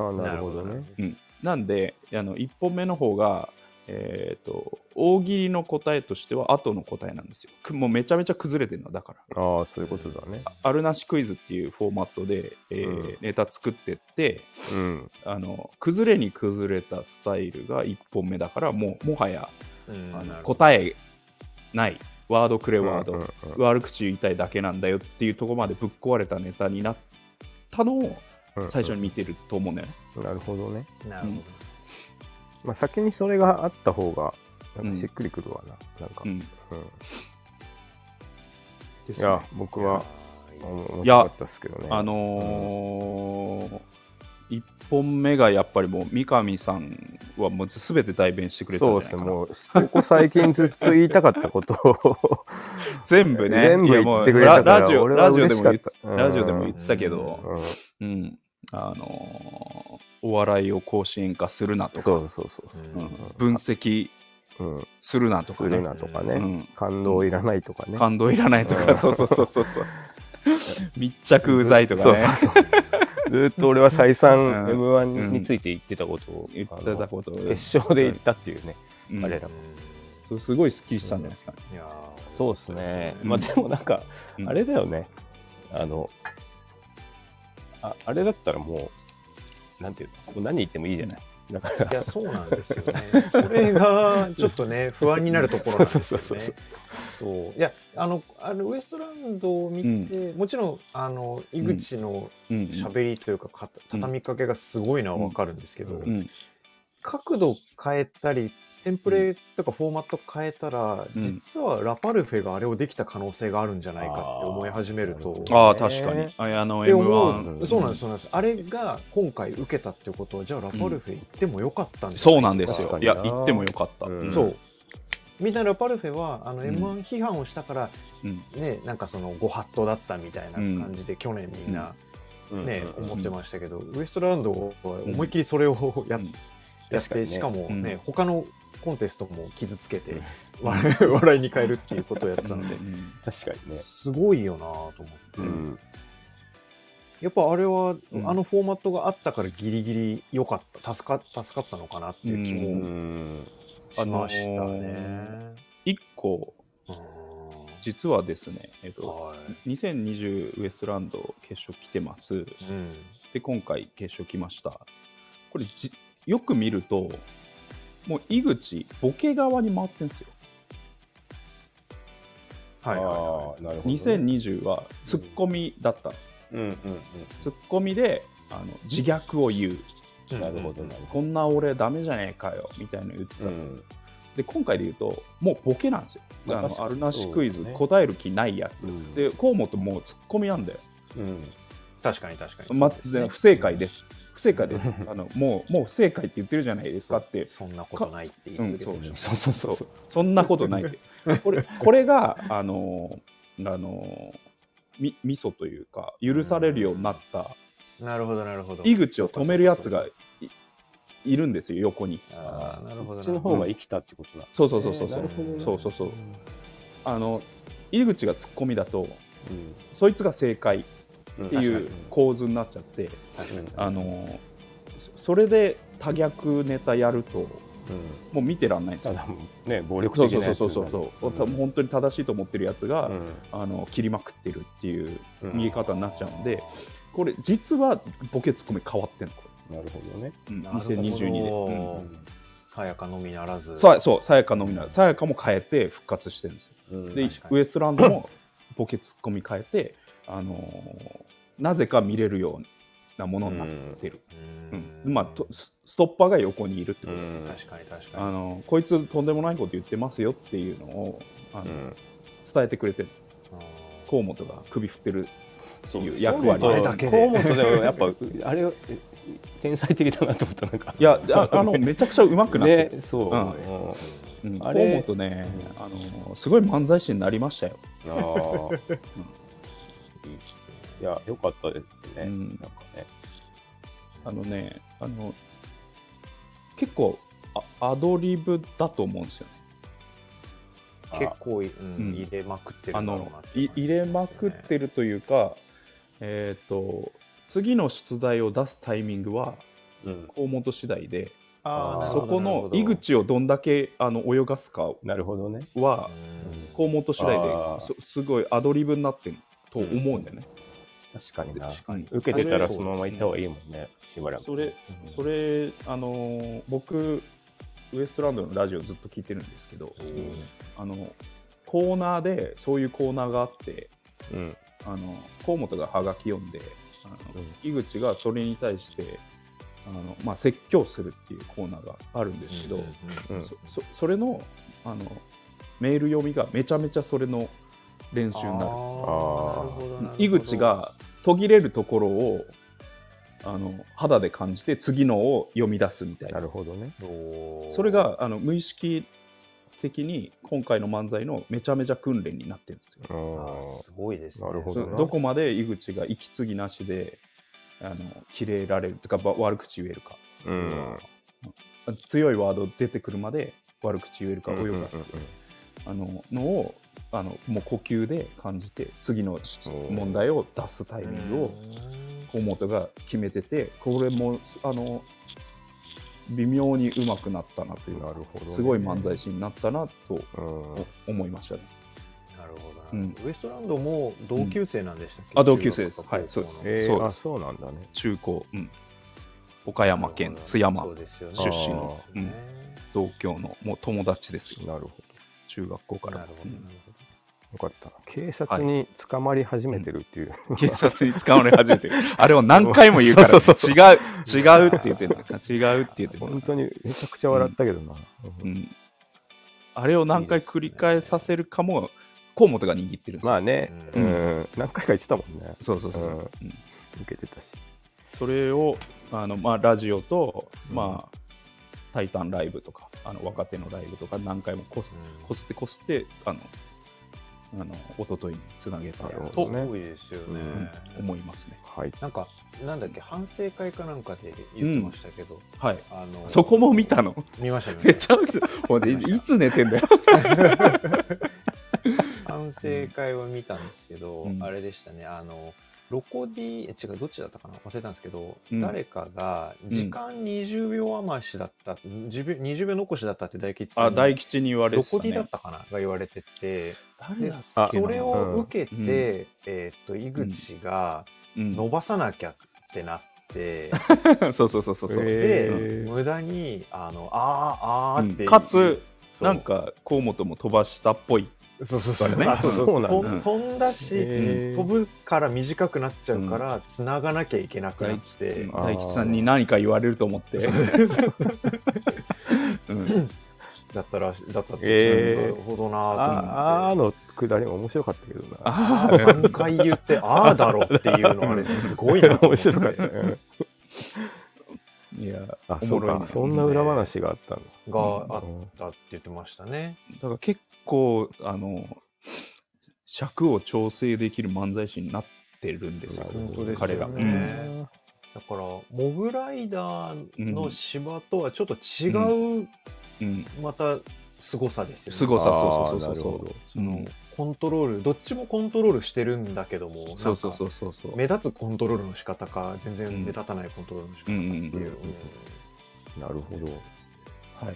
あなるほどね。
うん、なんであの1本目の方がえー、と大喜利の答えとしては後の答えなんですよくもうめちゃめちゃ崩れてるのだから
ああそういうことだね。
あるなしクイズっていうフォーマットで、えー
うん
ネタ作ってって
うん
あの崩れに崩れたスタイルが1本目だからもうもはや
うん
あの
なるほど
答えないワードくれワード、
うんうんうん
悪口言いたいだけなんだよっていうところまでぶっ壊れたネタになったのを
うん
最初に見てると思うんだよね、
なるほどね。
なるほど
まあ先にそれがあった方がなん
うん
かしっくりくるわな。なんか。
う
うんん
で
い
すね
や僕は
あーいい
面白かったですけどね。
あのー1本目がやっぱりもう三上さんはもう全て代弁してくれたんじゃ
そう
ない
です
かな
ね。もうここ最近ずっと言いたかったことを
全部ね
全部
いやも
言
う
ってくれたか
ラ
ら
ラジオ
俺は
ラジオ
嬉
で
し
も
か
言
っ
ったて、ラジオでも言ってたけど、
[laughs] うん
うん、あのーお笑いを甲子園化するなとか、
そうそうそう
う
うんん
分析
そう。うん
するなと
す
かね
るなとか
う
ね。
ん、
感動いらないとかね。
感動いらないとか、
うん
そうそうそうそうそう密着うざいとかね
そうそうそうずっと俺は再三
うん
M1 について言ってたことを、
言ってたこと
あの決勝で言ったっていうね、
うん
あれだ。
そうすごいスッキリしたんじゃないですかね。
いやー
そうですね。
うん
まあでもなんか、
うん
あれだよね。あの、ああれだったらもう、なんていうの、もう何言ってもいいじゃない。だから、
いや、そうなんですよね。
[laughs]
それが、ちょっとね、不安になるところなんですよ
そうそう
ね
そう。
そう。いや、あの、あのウエストランドを見て、もちろん、あの、井口の
うん
喋りというか、か畳みかけがすごいのはわかるんですけど、
うん
角度変えたり、テンプレとかフォーマット変えたら、
うん
実はラパルフェがあれをできた可能性があるんじゃないかって思い始めると。
あ
ああ、
ね
確かに。ああの
って思
M1。
うそうなんですそうなんですあれが今回受けたってことはじゃあラパルフェ行ってもよかったんじゃないか
そうなんです
確
よ
か。
い
にな
や、言ってもよかった。
うん
ん
そう。みんなラパルフェはあの
ん
M1 批判をしたから、
うん
ねなんかそのご法度だったみたいな感じで、去年みんなね、
うん
思ってましたけど、ウエストランドは思いっきりそれをやっ,、
うん
やっ
確か
て
にね
しかも
うん
ね、他のコンテストも傷つけて、笑い [laughs] 笑いに変えるっていうことをやってたので、
うん
確かにね。
すごいよなぁと思って、
うん。
やっぱあれは、
うん
あのフォーマットがあったからギリギリ良かった助か助かったのかなっていう気
う
も
ん。
あ
し
の
ま
ー
したね。
一個、
うん
実はですね、えっと、
は
2020ウエストランド決勝来てます。
い。うん。
で、今回決勝来ました。これじ、よく見ると、もう井口、ボケ側に回ってんですよ。
はいはいは
ああ、なるほどね。
2020はツッコミだった。
うんうん
ツッコミであの自虐を言う。
い。
うん。なるほど、なる
こんな俺ダメじゃねえかよみたいなの言ってた、
ほど。うん。
で今回で言うともうボケなんですよ
まあ
あの
確か
あ
に
るなしクイズ、
そうだね
答える気ないやつ、
うん
で河本もうツッコミなんだよ、
うん。
確かに確かに。
ま、全然不正解です不正
[laughs]
解ですあのもうもう不正解って言ってるじゃないですかって
そんなことないって言い続けて
うん
る
そうそうそうそうそんなこと
[laughs]
ないってこれこれがあのあのみみそというか許されるようになった
なるほどなるほど。
井口を止めるやつがいいるんですよ横に
ああ、なるほど。
そっちの方が生きたってことだ。
そうそうそうそうそ
えーなる
う
ほどね
そうそうそうあの井口がツッコミだと
うん。
そいつが正解
うん
っていう構図になっちゃって、
確かに
あのそそれで多逆ネタやると
うん
もう見てらんないんです
た
よ。
だもうね暴力
そう
的
そう
な
そう
やつ
そうそうそう、
うん
多分本当に正しいと思ってるやつが、
うん
あの切りまくってるっていう
うん
見え方になっちゃうんで、これ実はボケツッコミ変わってんのこ
なるほどね
れ、うん、
なるほど
2022で、うん
うんさやかのみならず。
さそうさやかのみならさやかも変えて復活してるんですよ
うん
で
確かに
ウエストランドもボケツッコミ変えて、あのーなぜか見れるようなものになってる、
う
うんまあ、とスストッパーが横にいるって
う
こと、
ん
確かに確
あ
か
のーこいつとんでもないこと言ってますよっていうのをあの、
うん
伝えてくれてる
に。
河本が首振ってるって
そう
いう役割
あ
あ
れ
れ
だ
だ
け
け
で
河本でもやっぱあれ天才的だなと思ったなんか
いやあ
[laughs]
あのめちゃくちゃうまくなってる
ねそう
う
あ
んうん
あ
河
れ
本ね、あのーすごい漫才師になりましたよ、
ー
いいっすね。
いや良かったですね
う
なんんかね
あのねあの結構あアドリブだと思うんですよ
結構い、う
うん
ん、入れまくってる
あ
んだろう
の
なって
い入れまくってるというか、えっ、と次の出題を出すタイミングは
うん
河本次第で
あーなるほ
そ
ど
こ
なるほ
の
ど
井口をどんだけあの泳がすか
なるほどね
は
うん
河本次第で
あー
そすごいアドリブになってると思うんだよね、
確かにな
確かに。
受けてたらそのままいた方がいいもんねしばらく
それそれあのー僕ウエストランドのラジオずっと聞いてるんですけどあのコーナーでそういうコーナーがあって
うん
あの河本がハガキ読んであの、井口がそれに対してあの、まあ、説教するっていうコーナーがあるんですけど、
うんうん
うん
そそそれのあのメール読みがめちゃめちゃそれの練習になる
あーなるほどなるほど
井口が途切れるところをあの肌で感じて次のを読み出すみたい
な
な
るほどね。
おー
それがあの無意識的に今回の漫才のめちゃめちゃ訓練になってるんですよ。
う
あ
ん
ーすごいですね。
なるほ
そ
ど
う
ね
どこまで井口が息継ぎなしであの切れられるとかば悪口言えるか
うん。
強いワード出てくるまで悪口言えるか泳がす
うんうん
あののをあのもう呼吸で感じて次の
おー
問題を出すタイミングを
うん
河本が決めててこれもあの微妙にうまくなったなという
なるほどね、
すごい漫才師になったなと
うん
お思いましたね。
なるほどな、
うん
ウエストランドも同級生なんでしたっけ、
うんあ同級生です
中学か
はいそうです
えー
そう
あそうなんだね
中高、うん、岡山県津山
そうですよね
出身の
そうですね
同郷のもう友達ですよ
なるほ
中学校から
なるほどなるほ
どよかった警察に捕まり始めてるって [laughs] いう、
うん警察に捕まれ始めてる [laughs] あれを何回も言うから、
そうそうそう
違う違うって言ってる違うって言ってる
本当にめちゃくちゃ笑ったけどな、うん
うん、あれを何回繰り返させるかも河本が握ってるんですよ、
まあね、う
う
んん何回か言ってたもんね
そうそうそう、
うん
うん
受けてたし
それをあの、まあ、ラジオと、
うん
まあ、タイタンライブとかあの若手のライブとか何回もこすこすってこすってあのあの一昨日につなげた
なるほ
と
どね
どすごいですよね、
うん思いますね。
はい
なんかなんだっけ反省会かなんかで言ってましたけど、
はい、
あの
そこも見 [laughs] たの
見ましたよ
め
ね
っちゃ起きてもうねいつ寝てんだよ。
反省会は見たんですけど、
うん
あれでしたねあのロコディえ違うどっちだったかな忘れたんですけど、
うん
誰かが時間20秒余しだった、10秒20秒残しだったって大吉さん
あ
に
大吉に言われ
ロ
てた、
コディだ
ね
っ、たかなが言われてて
誰
で
だっ
そ
けな
れを受けて、
うん
えーっと井口が
うん
伸ばさなきゃってなって、
[laughs] そうそうそうそうそう、
で、
えー
無駄にあのあーあーって、
うんかつ
そう
なんか河本も飛ばしたっぽい
そうそう
そうあそう
そうなんだ
とん飛んだし、
へー
飛ぶから短くなっちゃうから、繋がなきゃいけなくなって、
うん
あー
大吉さんに何か言われると思って。 [laughs] うん
だったらしだったって、
へー
なるほどな
ああ
ー
ー
と思って。
のくだりも面白かったけどな
あ
あー3回言ってああだろっていうのあれす
[laughs]
ごいなと
面
思って
白かった、ね、
ーいや
あ
お
そ
も
う
ろいね
かそんな裏話があったんだ
があったって言ってましたね。
だから結構あの尺を調整できる漫才師になってるんですよ
なるほど
本当ですよね
彼ら、うん
だからモグライダーの芝とはちょっと違う、
うん、
また凄さですよね。
すごさ
あ
そ
ー
うそうそうそう
その
うん
コントロールどっちもコントロールしてるんだけどもなんか
そうそうそうそうそう
目立つコントロールの仕方か全然目立たないコントロールの仕方かってい
うん
う、
うん
うんなるほど
はい、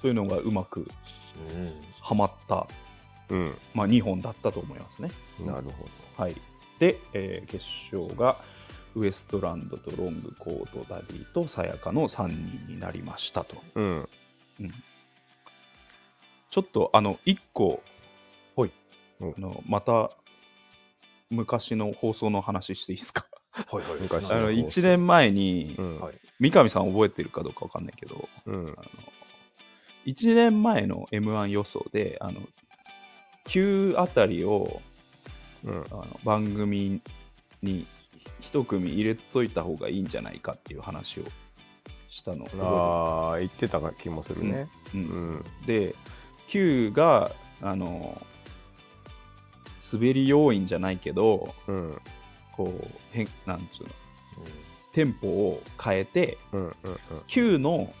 そういうのがうまく
うん
はまった、
うん
まあ、2本だったと思いますね。
なるほ
はい、で、えー決勝がウエストランドとロングコートダディとさやかの3人になりましたと。
どうん
ちょっとあの1個
ほい
うん
あのまた昔の放送の話していいです
[laughs]
か
はいはい
昔
あ
の
の
放送
1年前に
うん
はい
三上さん覚えてるかどうかわかんないけど
うん
あの1年前の m 1予想であの9あたりを
うん
あの番組に一組入れといた方がいいんじゃないかっていう話をしたの覚
ああ言ってた気もするね
えてる、うん
うん
で Q があの滑り要因じゃないけど
うん
こう変なんつうのテンポを変えて
うんうん
Q の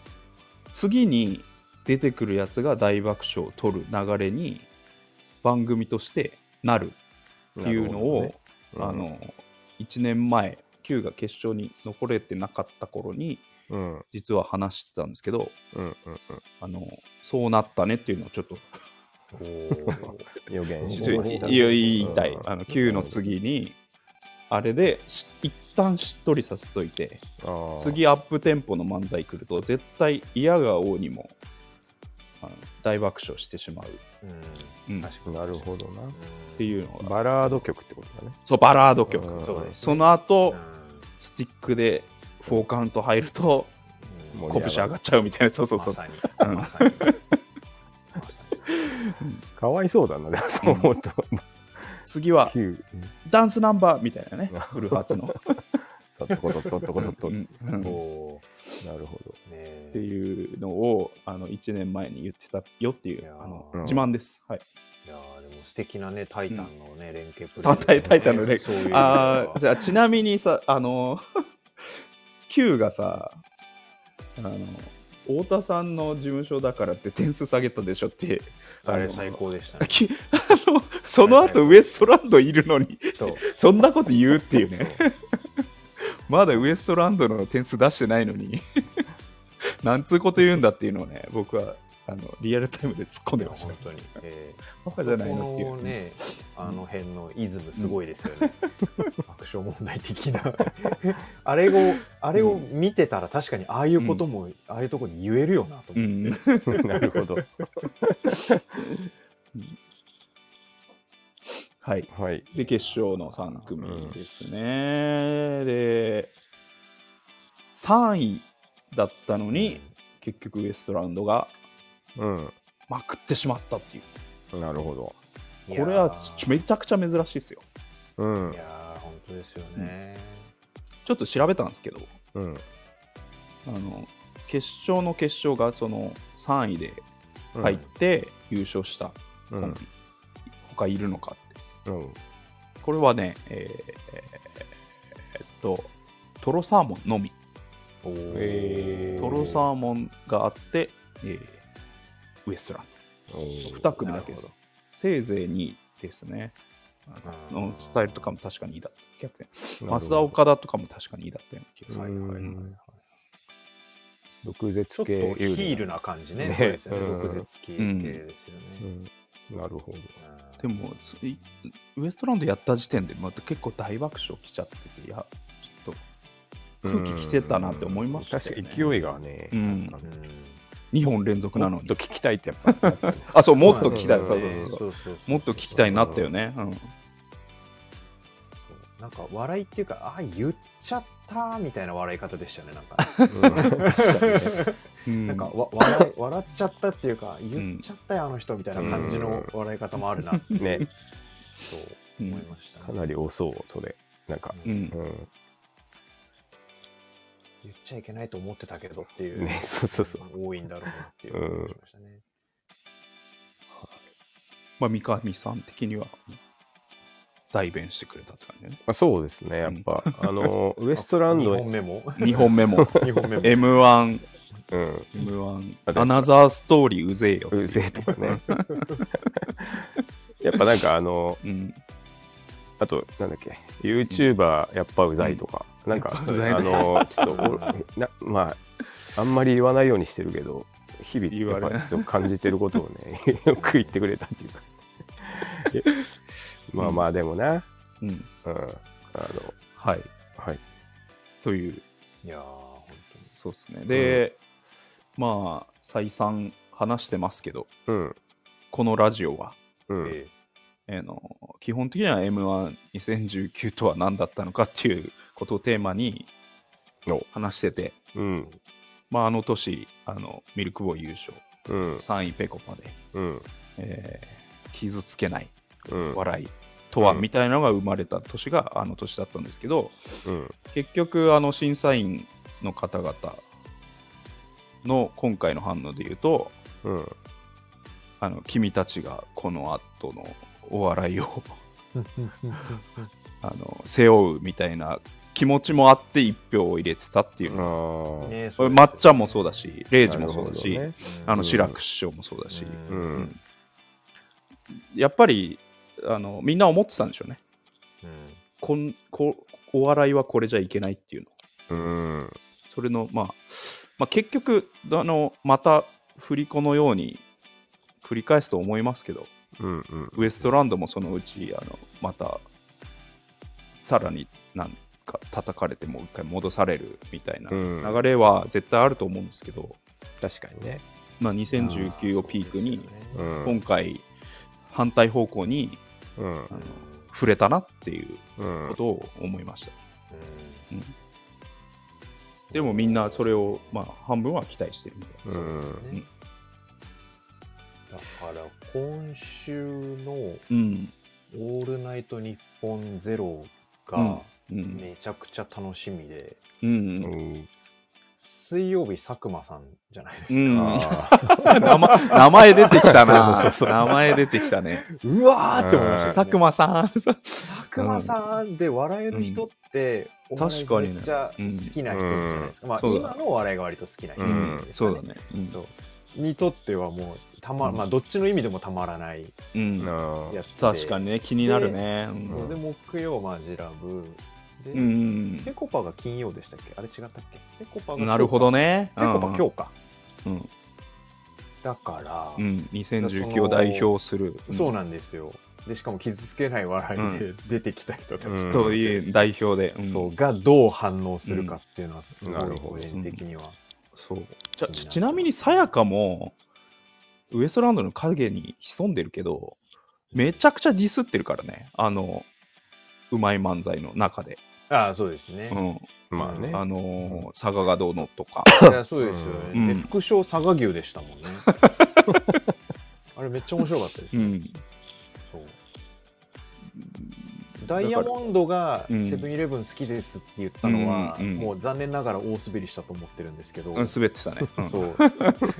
次に出てくるやつが大爆笑を取る流れに番組としてなる
うん
っていうのを、
なるほ
あ
どね
の1年前 Q が決勝に残れてなかった頃に
うんうん
実は話してたんですけど
うんうん
あのそうなったねっていうのをちょっと
うん予言
実は
面白
言
い
いや言いたい
うん
あの Q の次にあれでし一旦しっとりさせといて
あー
次アップテンポの漫才来ると絶対嫌が王にもあの大爆笑してしまう、うんっ
なるほどな
ていうのが
バラード曲ってことだね
そうバラード曲、
うん
そうです
その後、
う
スティックでフォーカウント入ると
ん
もう
拳上がっちゃうみたいなそうそうそう
まさにまさにまさに
かわいそうだなでもそう思うと
次は
9
ダンスナンバーみたいなね
うん
フルハーツの、
とっとことっとっとこ
う
とっと
んうん
こ
なるほど [laughs]
うね
っていうのをあの1年前に言ってたよってい
いうやー
あの、
うん
自慢です。はい、
いやーでも素敵なねタイタンのね、連携プレ
タ
ー
タイタイタンの連
そういう
あーじゃあちなみにさあの [laughs] Q がさあの太田さんの事務所だからって点数下げたでしょって [laughs]
あれ
の
最高でしたね
きあのその後ウエストランドいるのに
そう
[laughs] そんなこと言うっていうね
そう
まだウエストランドの点数出してないのになんつうこと言うんだっていうのをね僕はあのリアルタイムで突っ込んでました
本当に。えー
バカじゃないのってい
そこ
う、
のね、あの辺のイズムすごいですよね。アクション問題的な。 [laughs] あれを、あれを見てたら確かにああいうことも、ああいうところで言えるよな
う
と思って。
ん、
なるほど。
はい
はい。
で決勝の3組ですね、で3位だったのに、結局ウエストランドが
うん。
まくってしまったっていう
なるほど。
こ
いやー
れはちめちゃくちゃ珍しいですよ
うん
い。やー本当ですよね。
ちょっと調べたんですけど
うん。
あの決勝の決勝がその3位で
うん
入っ。て優勝した
う
コンビ、
ん。
他いるのかって
うん。
これはねえーえーっとトロサーモンのみ
おー
えー
トロサーモンがあって、えーウエストラン
おー
ド2組だけです
なる
せいぜい2位ですねあのスタイルとかも確かにいいだったキャプテン増田岡田とかも確かにいいだったような気がする
はいはいはいはい
毒
ちょ
舌
っとヒ
系有利な
ールな感じね。
ね
そうですよね。
うん
毒舌系系ですよ
う
ね。
んなるほど。
でもついウエストランドやった時点でまた結構大爆笑来ちゃってていやちょっと空気来てたなって思いましたよね
確かに勢いがね、
うん
なんか
うん
2本連続な
も
の
っ
に
と聞きたいってやっぱりなったね
あそうもっと聞きたい、
うん
そうそうそうそう
そうそうそう
もっと聞きたいなったよね、うん、
なんか笑いっていうか、ああ、言っちゃったみたいな笑い方でしたね、なんか。
うん
[laughs] なんかわ笑い笑っちゃったっていうか、言っちゃったよ、あの人みたいな感じの
う
笑い方も [laughs] あるなって
うんね、
う
思い
ん
ました
か
ね。
なり多そう、それ。なんか、
う
うん
ん
う
言っちゃいけないと思ってたけどってい
ん。
う、
ね、 [laughs] そうそうそう。
多いんだろうなっていう感じしましたね。
まあ三上さん的には代弁してくれたって
[laughs]
感じね
あそうですね、やっぱ、あの、ウエストランド
2、本目も。
2本目も
[laughs] 2本目も。
m 1
うん、
M1
あでも
アナザーストーリーうぜえよっていう
うぜえとかね。 [laughs] やっぱなんかあの、
うん
あと、なんだっけ、YouTuber、やっぱうざいとか、なん
や
か
っ、ぱうざいね
あの、ちょっとおな、まあ、あんまり言わないようにしてるけど、日々、
言わ
やっ
れ
ぱちょっと感じてることをね、 [laughs] よく言ってくれたっていうか。まあまあ、でもな、
うん
うん、あの、
はい
はい。
という
いやー、本当に。
そうですねで、まあ再三話してますけど
うん、
このラジオは、
うん、
えーの基本的には M12019 とは何だったのかっていうことをテーマに
お
話してて、
うん、
まあ、あの年あのミルクボーイ優勝
うん、
3位ペコまで、
うん、
えー傷つけない
うん、
笑いとは
うん
みたいなのが生まれた年があの年だったんですけど
うん、
結局あの審査員の方々の今回の反応で言うと
うん。
あの君たちがこの後のお笑いをあの背負うみたいな気持ちもあって1票を入れてたっていうの、
あ
ねそ
こ
う
れ
です
まっちゃんもそうだしレイジもそうだし、
なる
あの
うん
志らく師匠もそうだし、
ほどねうん、
やっぱりあのみんな思ってたんでしょうね
うん
こんこお笑いはこれじゃいけないっていうの
うん、
それの、まあ、まあ結局あのまた振り子のように繰り返すと思いますけど
うん、うん、
ウエストランドもそのうちあのまたさらになんか叩かれてもう一回戻されるみたいな
うん
流れは絶対あると思うんですけど、
確かにね。
まあ、2019をピークに、
う
今
ん、
回反対方向に
うん
あ、の触れたなっていう
うん
こ。とを思いました、でもみんなそれを、まあ、半分は期待してるみたいな
うん
うん
だから今週の「
うん
オールナイトニッポンゼロ
うん
が
うん
めちゃくちゃ楽しみで、
うん
うん
水曜日佐久間さんじゃないですか、
うん
あ
名前名前出てきたな。名前出てきたね。
うわーって思いました、
佐久間さん。
佐久間さんで笑える人って、
ん確かにね
めっちゃ好きな人じゃないですか、まあ、
そうだ
今のお笑いが割と好きな人
う
です
ん
かね、
そうだね。うん
そうにとってはもうたま、まあどっちの意味でもたまらない
うん
ー
やつで
確かにね、気になるね。うん
そうで木曜マジラブで、
うんうん
ペコパが金曜でしたっけあれ違ったっけペコパが
うん。なるほどね。
今日か。ペコパ今
日。
日か。
うん
だから、
うん、2019を代表する。
そう
な
なんですよ。で、しかも傷つけない笑いで出てきた人たち、
うん
という代表で。うん
そうがどう反応するかっていうのはすご
うんないるほど
個人的には。
そうじゃちちなみにさやかもウエストランドの影に潜んでるけどめちゃくちゃディスってるからねあのうまい漫才の中で、
ああ、そうですね
う。ん
まあね。
あのー佐賀がどうのとか
いやそうですよね。
うん
で副賞佐賀牛でしたもん
[laughs]
ね。あれめっちゃ面白かったです
う
ね。
ん
そうダイヤモンドが
うん
セブンイレブン好きですって言ったのは、
うんうんうん
もう残念ながら大滑りしたと思ってるんですけど、
うん
そ
滑 [laughs] ってたね、うん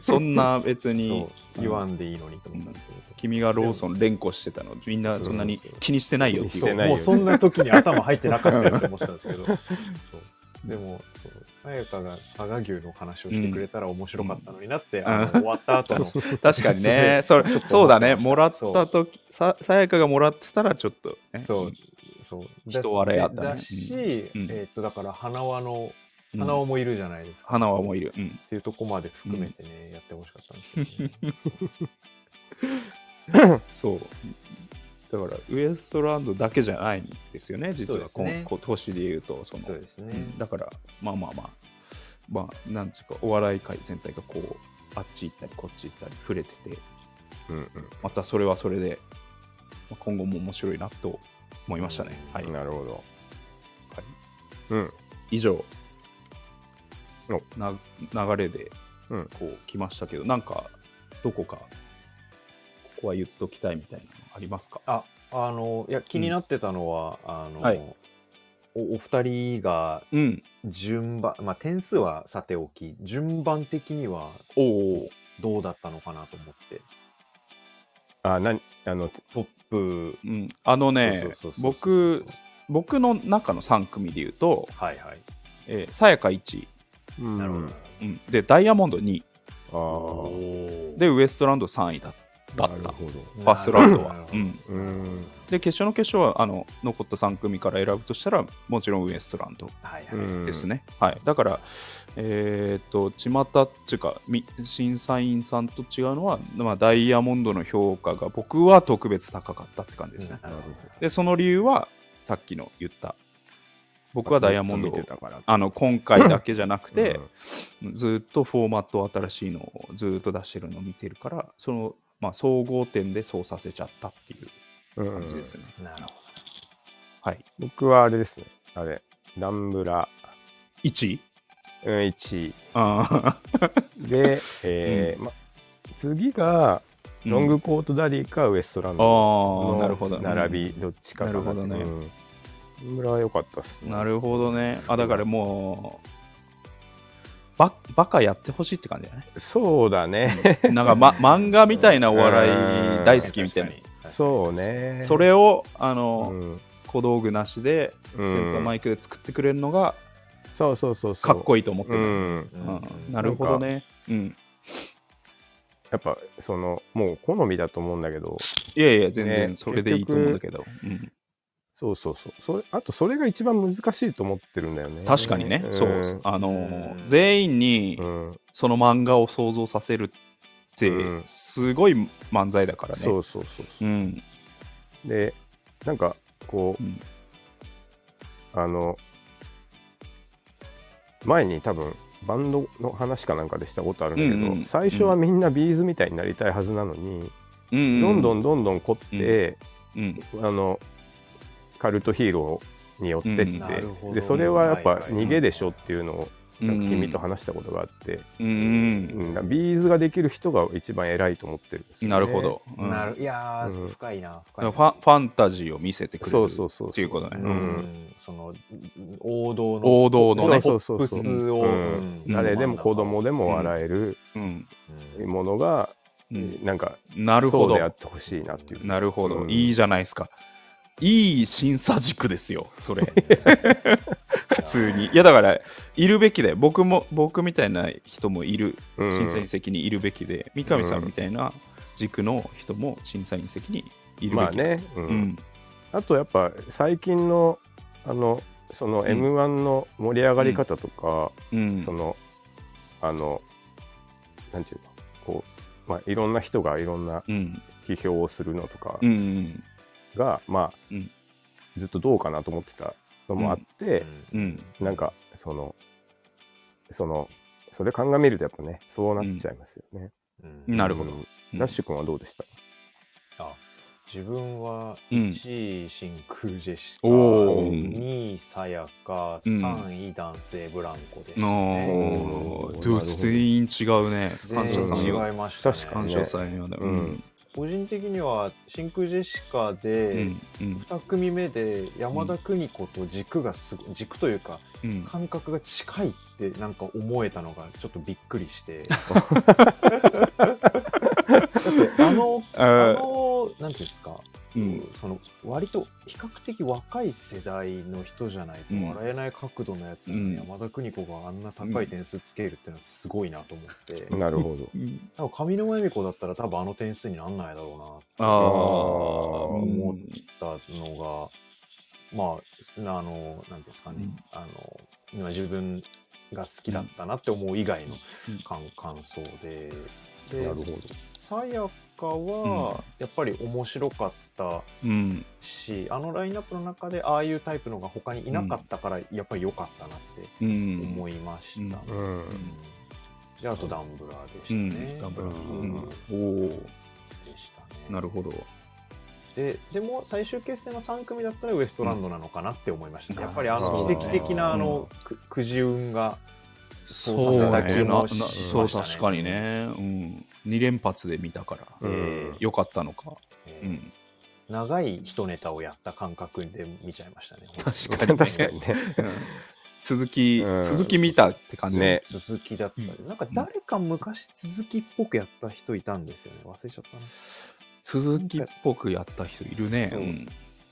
そうんな別に
そう言わんでいいのにと思ったんですけど、
君がローソン連呼してたのみんなそんなに
そうそうそう
気にしてないよって
気にし
い
て
う
ない
も
よ
うそんな時に頭入ってなかったよと思ってたんで
[laughs]
すけどそうでもそうさやかが佐賀牛の話をしてくれたら面白かったのになって、あの終わっ
[laughs]
た後の
確かに
[laughs]
ねそれそうだねもらっ
そ
た
う
時ささやかがもらってたらちょっと、ね、
そう、そう。
人笑いあったね
だし、
うんうん
えーっと、だから、花輪の、
うん
花輪もいるじゃないですか。
花輪もい
る。
る、うん、
っていうとこまで含めてね、やってほしかったんですけど、
[laughs]
ね。
そう。だからウエストランドだけじゃないんですよね、実は、
そうですね
こん今年でいうとその
そうですね。
うんだから、まあまあまあ、まあ、なんつうか、お笑い界全体がこう、あっち行ったり、こっち行ったり、触れてて、
うんうん
またそれはそれで、まあ今後も面白いなと思いましたね。はい、
なるほど。
はい
うん。
以上
お
な、流れで
うん
こう来ましたけど、なんか、どこか、ここは言っときたいみたいなのありますか
あ、あの、いや、気になってたのは、あの、
はい
おお二人が
うん。
順番、まあ、点数はさておき、順番的には
おお。
どうだったのかなと思って。
あ、なに、あの、
トップ、
うん、あのね
そうそうそうそう
僕、僕の中の3組で言うと
はいはい。
えーさやか1、
な
なるほ
うん、でダイヤモンド2位
ど。
ど。
でウエストランド3位だだっ
ああ。なる
た
ほど。
ファーストラウンド
なる
は
ほ、ど
うん、
うん。
で決勝の決勝はあの残った3組から選ぶとしたらもちろんウエストランド
はいは
う
い。
ん
です。ね、はい、だからえーっと巷っていうかみ審査員さんと違うのは、まあ、ダイヤモンドの評価が僕は特別高かったって感じですね、
なるほど。
でその理由はさっきの言った僕はダイヤモンド
見て
を
たから。
あの今回だけじゃなくて、ずっとフォーマット新しいのをずっと出してるのを見てるからその、まあ、総合点でそうさせちゃったっていう
うん、うんう
感じで
ん
すね、
なるほ
はい
僕はあれですね。あれ。ダンブラ、
1位
うん、1位。
あ
で、えーま、次が、
ー
ロン
う
グ
ん
コートダディかウエストラン
あ
ド
ーなるほど
の並び、
うん
どっちかか
なるほどね
うんダンブラは良かったっすね。
なるほどねあだからもうババカやってほしいって感じ
[laughs]
だね
そうだね。
なんか、ま、漫画みたいなお笑い大好きみたいな
ど。
そうね。
それをあの、
うん、
小道具なしで
う
セ
ん
ンターマイクで作ってくれるのが
そうそうそうそう。
かっこいいと思ってる、
うん。
う
うんんなるほどね、うん、
やっぱ、その、もう好みだと思うんだけど、
いやいや全然
ね
それでいいと思うんだけど、うん、
そうそうそう。それあと、それが一番難しいと思ってるんだよね。
確かにね、
ん
そうあの
う
ー
ん
全員に
うん。
その漫画を想像させるって
うん
すごい漫才だからね、
そうそうそう
う
そ
ん
う。で、なんか、こう、
うん
あの、前に多分、バンドの話かなんかでしたことあるんだけど、
うんうん
最初はみんなビーズみたいになりたいはずなのに、
うんうん、
どんどんどんどん凝って、
うん、
あのカルトヒーローに寄ってって、
うんな
るほど
でそれはやっぱ
はいはいはい
逃げでしょっていうのを
うん
なんか君と話したことがあって、
うん
うんだビーズができる人が一番偉いと思ってるんです
うんな
よね
るほど、うん
なるいやー、
うん
深いな
だ
深い
から
な
ファンファンタジーを見せてくれる
そうそうそうそう
っていうことね、
う
うんん
その王道の
王道のね
そうそうそうそ
ポップス
う、
を
うん
うん
誰でも子供でも笑える
うん
ものが、
うん
なんか
なるほ
そう
ど
であってほしいなっていう
なるほど、
うん
いいじゃないですかいい審査軸ですよそ
[laughs]
れ普通にいやだからいるべきで僕も僕みたいな人もいる
うん
審査員席にいるべきで、三上さんみたいな軸の人も審査員席にいるべき
まあね、う
うんん
あとやっぱ最近のあのその m 1の盛り上がり方とか、
うん
そのあのなんていうのこう、まあ、いろんな人がいろんな
うん
批評をするのとか
うんうん
が、まあ、
うん
ずっとどうかなと思ってたのもあって、
うん
なんかそのそのそれ鑑みるとやっぱねそうなっちゃいますよね。
うん
なるほど
うん
うん
ラッシュ君はどうでした、
あ自分は
うん
1位真空ジェシカ、
おー
2位さやか、
うん
3位男性ブランコです、ね。
お
お
ー
ー
どう全員違うね三者
全
三様
員違いました、ね。
確か
三
に
者三様だうん
うん
個人的には真空ジェシカ
う
で
んうん
2組目で山田邦子と軸がすご軸というか
うん
感覚が近いってなんか思えたのがちょっとびっく
[laughs]
りして。だってあの
あ
あ
ー
のなんていうんですか
うん
その割と比較的若い世代の人じゃないと
うん
笑えない角度のやつなのに、
うん
山田邦子があんな高い点数つけるっていうのはすごいなと思って、
なるほど。
うん
多分上沼恵美子だったら多分あの点数になんないだろ
あ
あ
ー
ー
うん
うなったのがまあなあのなんていうんですかね、
うん
あの今自分が好きだったなって思う以外
う
の
ん
感感想で。
な
で
るほど
さやかはやっぱり面白かった。
うん
しあのラインナップの中でああいうタイプのが他にいなかったからやっぱり良かったなって
うん
思いました、
う
うん
であとダンブラーでした
うんダ
ね、
ブル
うん
うん
で
おお
したね
なるほど
ででも最終決戦の3組だったらウエストランドなのかなって思いました、
うん
やっぱりあの
あー
奇跡的なあのくくじ運がそうさせた気もしましたね
そう確かにね、うん、2連発で見たから、
う
良
ん
よかったのか、
えー
うん、
長い一ネタをやった感覚で見ちゃいましたね
確か
確か
に
にね。
続き、
うん
続き見たって感じ
ね
続きだったり、なんか誰か昔続きっぽくやった人いたんですよね忘れちゃったな
続きっぽくやった人いるね
そう
うん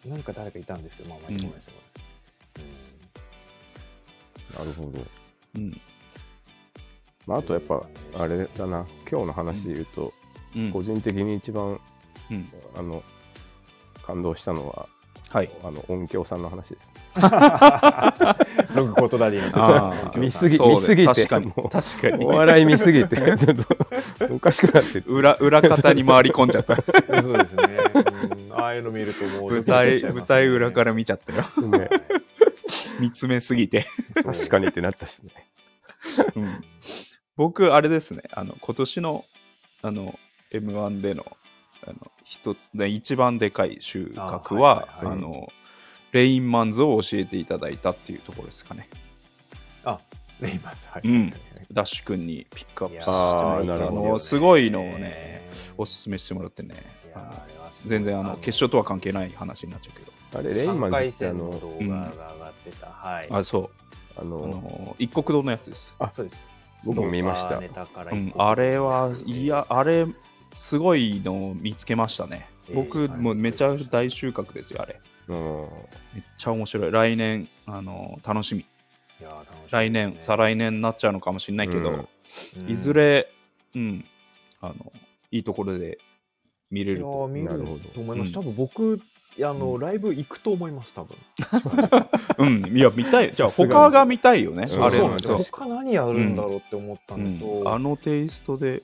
なんか誰かいたんですけど、まあ、まあ、
うん
ごめんなさい。
なるほど。
うん
まあ、あとやっぱ、あれだな、今日の話で言うと、
うん
個人的に一番
うん
あの感動したのは、
はい
あの音響さんの話です。
うんログコートダディの
あー
見すぎ
そうね
見すぎて
確かに
もう
確かに
お笑い見すぎ
[laughs]
て、ちょっとおかしくなってる。
裏裏方に回り込んじゃった
ぎ。そうですね。うんああいうの見るともう
舞台
ドキドキしちゃいますね
舞台裏から見ちゃったよ [laughs]
ね、
見つめすぎて、
確かにってなったしね。
うん僕あれですねあの今年のあの m 1でのあの一ね一番でかい収穫は
あ
あ
はいはいはい
のレインマンズを教えていただいたっていうところですかね
あ、レイマンズはい。
うんダッシュ君にピックアップして
あー
も
な
ら
る
った
ほど
のをすごいのをねおすすめしてもらってね
いや
あ
ー
の
あれはすごい
全然あの決勝とは関係ない話になっちゃうけど
あれ、レインマンズって
3回
あ
戦の
の、
動画が上がってた。はい。
あそう
あ
あ
の
の一国堂のやつです
あ、そうです。
僕も見まし
ストーカ
た
ーネ。タから
う
一
ん、
個
あれはいや、あれすごいのを見つけましたね
えー
僕
はい
もうめちゃ大収穫ですよあれ
うん
めっちゃ面白い来年あの楽しみ
いやー楽しみですね
来年再来年になっちゃうのかもしれないけど、
うん
いずれうんあのいいところで見れ
い
る
や
と
ー見
なるほ
る
ど
と思います。
う
多分僕、あの、
うん
ライブ行くと思います、多分。
うんいや見た
[laughs]
いじゃあ
さすがに
他が見たいよね
そう
あ
あ
れ
れ
そう
の
そう
他何やるんだろうって思った
う
のと、
んあのテイストで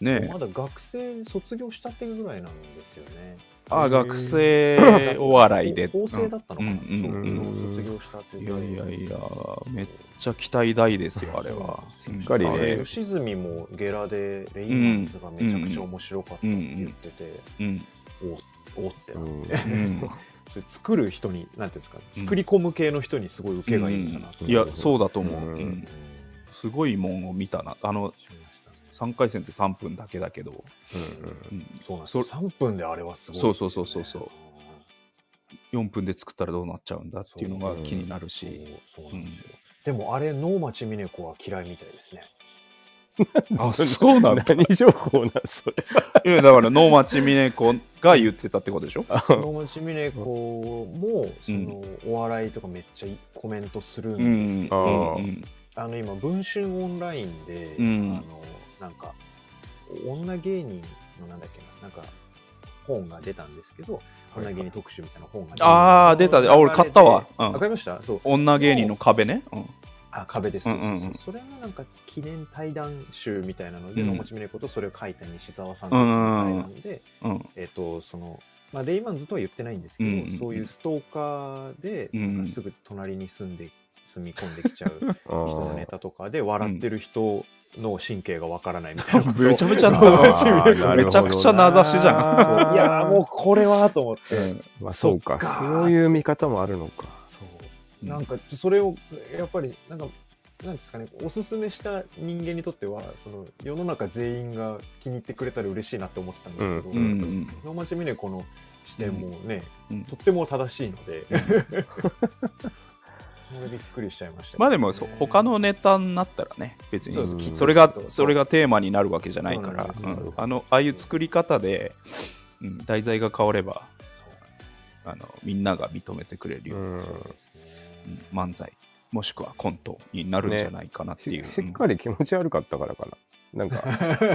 ね
まだ学生卒業したてぐらいなんですよね。
あ学生お笑いで
高生だったのかな、
うんうん
うん
そう卒業したて
い
で
やいやいやめっちゃ期待大ですよあれは
し
っかりね
あ
あ
れ
れ吉住もゲラでレインマンズがめちゃくちゃ面白かったって言ってて、
うん
おおってなって、
うん
うん
それ作る人になんていうんですか作り込む系の人にすごい受けがいいんだなって、
いやそうだと思う、
うん
うん
うん
すごいもんを見たなあの
しましたね
3回戦って3分だけだけど、
うん
うん、
そうなんですよ3分であれはすごいですよね、
そうそうそうそうそう4分で作ったらどうなっちゃうんだっていうのが気になる
そう
し、
そうなんですよ、でもあれ能町みね子は嫌いみたい
[laughs]
ですね
あそうなんだ
何情報な、それ。
[laughs] いやだから能町みね子が言ってたってことでしょ
野町みね子もそのお笑いとかめっちゃコメントす
う
る
ん
です
ん
け
う
ど、
あー
ん
あの今「文春オンラインで」
うん
あのなんか女芸人のなんだっけななんか本が出たんですけど、女芸人特集みたいな本が出
ああ、出た。あ、俺買ったわ。。う
わか
ん、
りましたそう。
女芸人の壁ね。うん
あ、壁です。
う
そ
ん
う
うんうん
そうそうそれのなんか記念対談集みたいなので、
うん
野持峰子とそれを書いた西澤さん
うんう
の
んう
対
ん
談で、
[laughs] うん。
えっと、その、まあ、レイマンズとは言ってないんですけど、
うんうんうん
そういうストーカーで、
うんうん
なんかすぐ隣に住んで、住み込んできちゃう人のネ
あ
タとかで、笑ってる人の神経がわからないみたいなことを。
めちゃめちゃ、 [laughs]
ー
めちゃくちゃ名指しじゃん。 [laughs]
そういやーもうこれはと思って。
ん。まあ、そうか
そっか
そういう見方もあるのか。
そうなんかそれをやっぱりなんかなんですかねおすすめした人間にとってはその世の中全員が気に入ってくれたら嬉しいなって思ってたんですけど、
うんうん
野町峰子の視点もね、
うん
とっても正しいので、これびっくりしちゃいました、
まあでもそう、他のネタになったらね、別
そう
で
に。
す
それが、それがテーマになるわけじゃないから、
そうなんです
うんあの、ああいう作り方で、うん題材が変われば、あの、みんなが認めてくれるような
うん
そうですね
うん漫才、もしくはコントになるんじゃないかなってい
し
う。
しっかり気持ち悪かったからかな。なんか、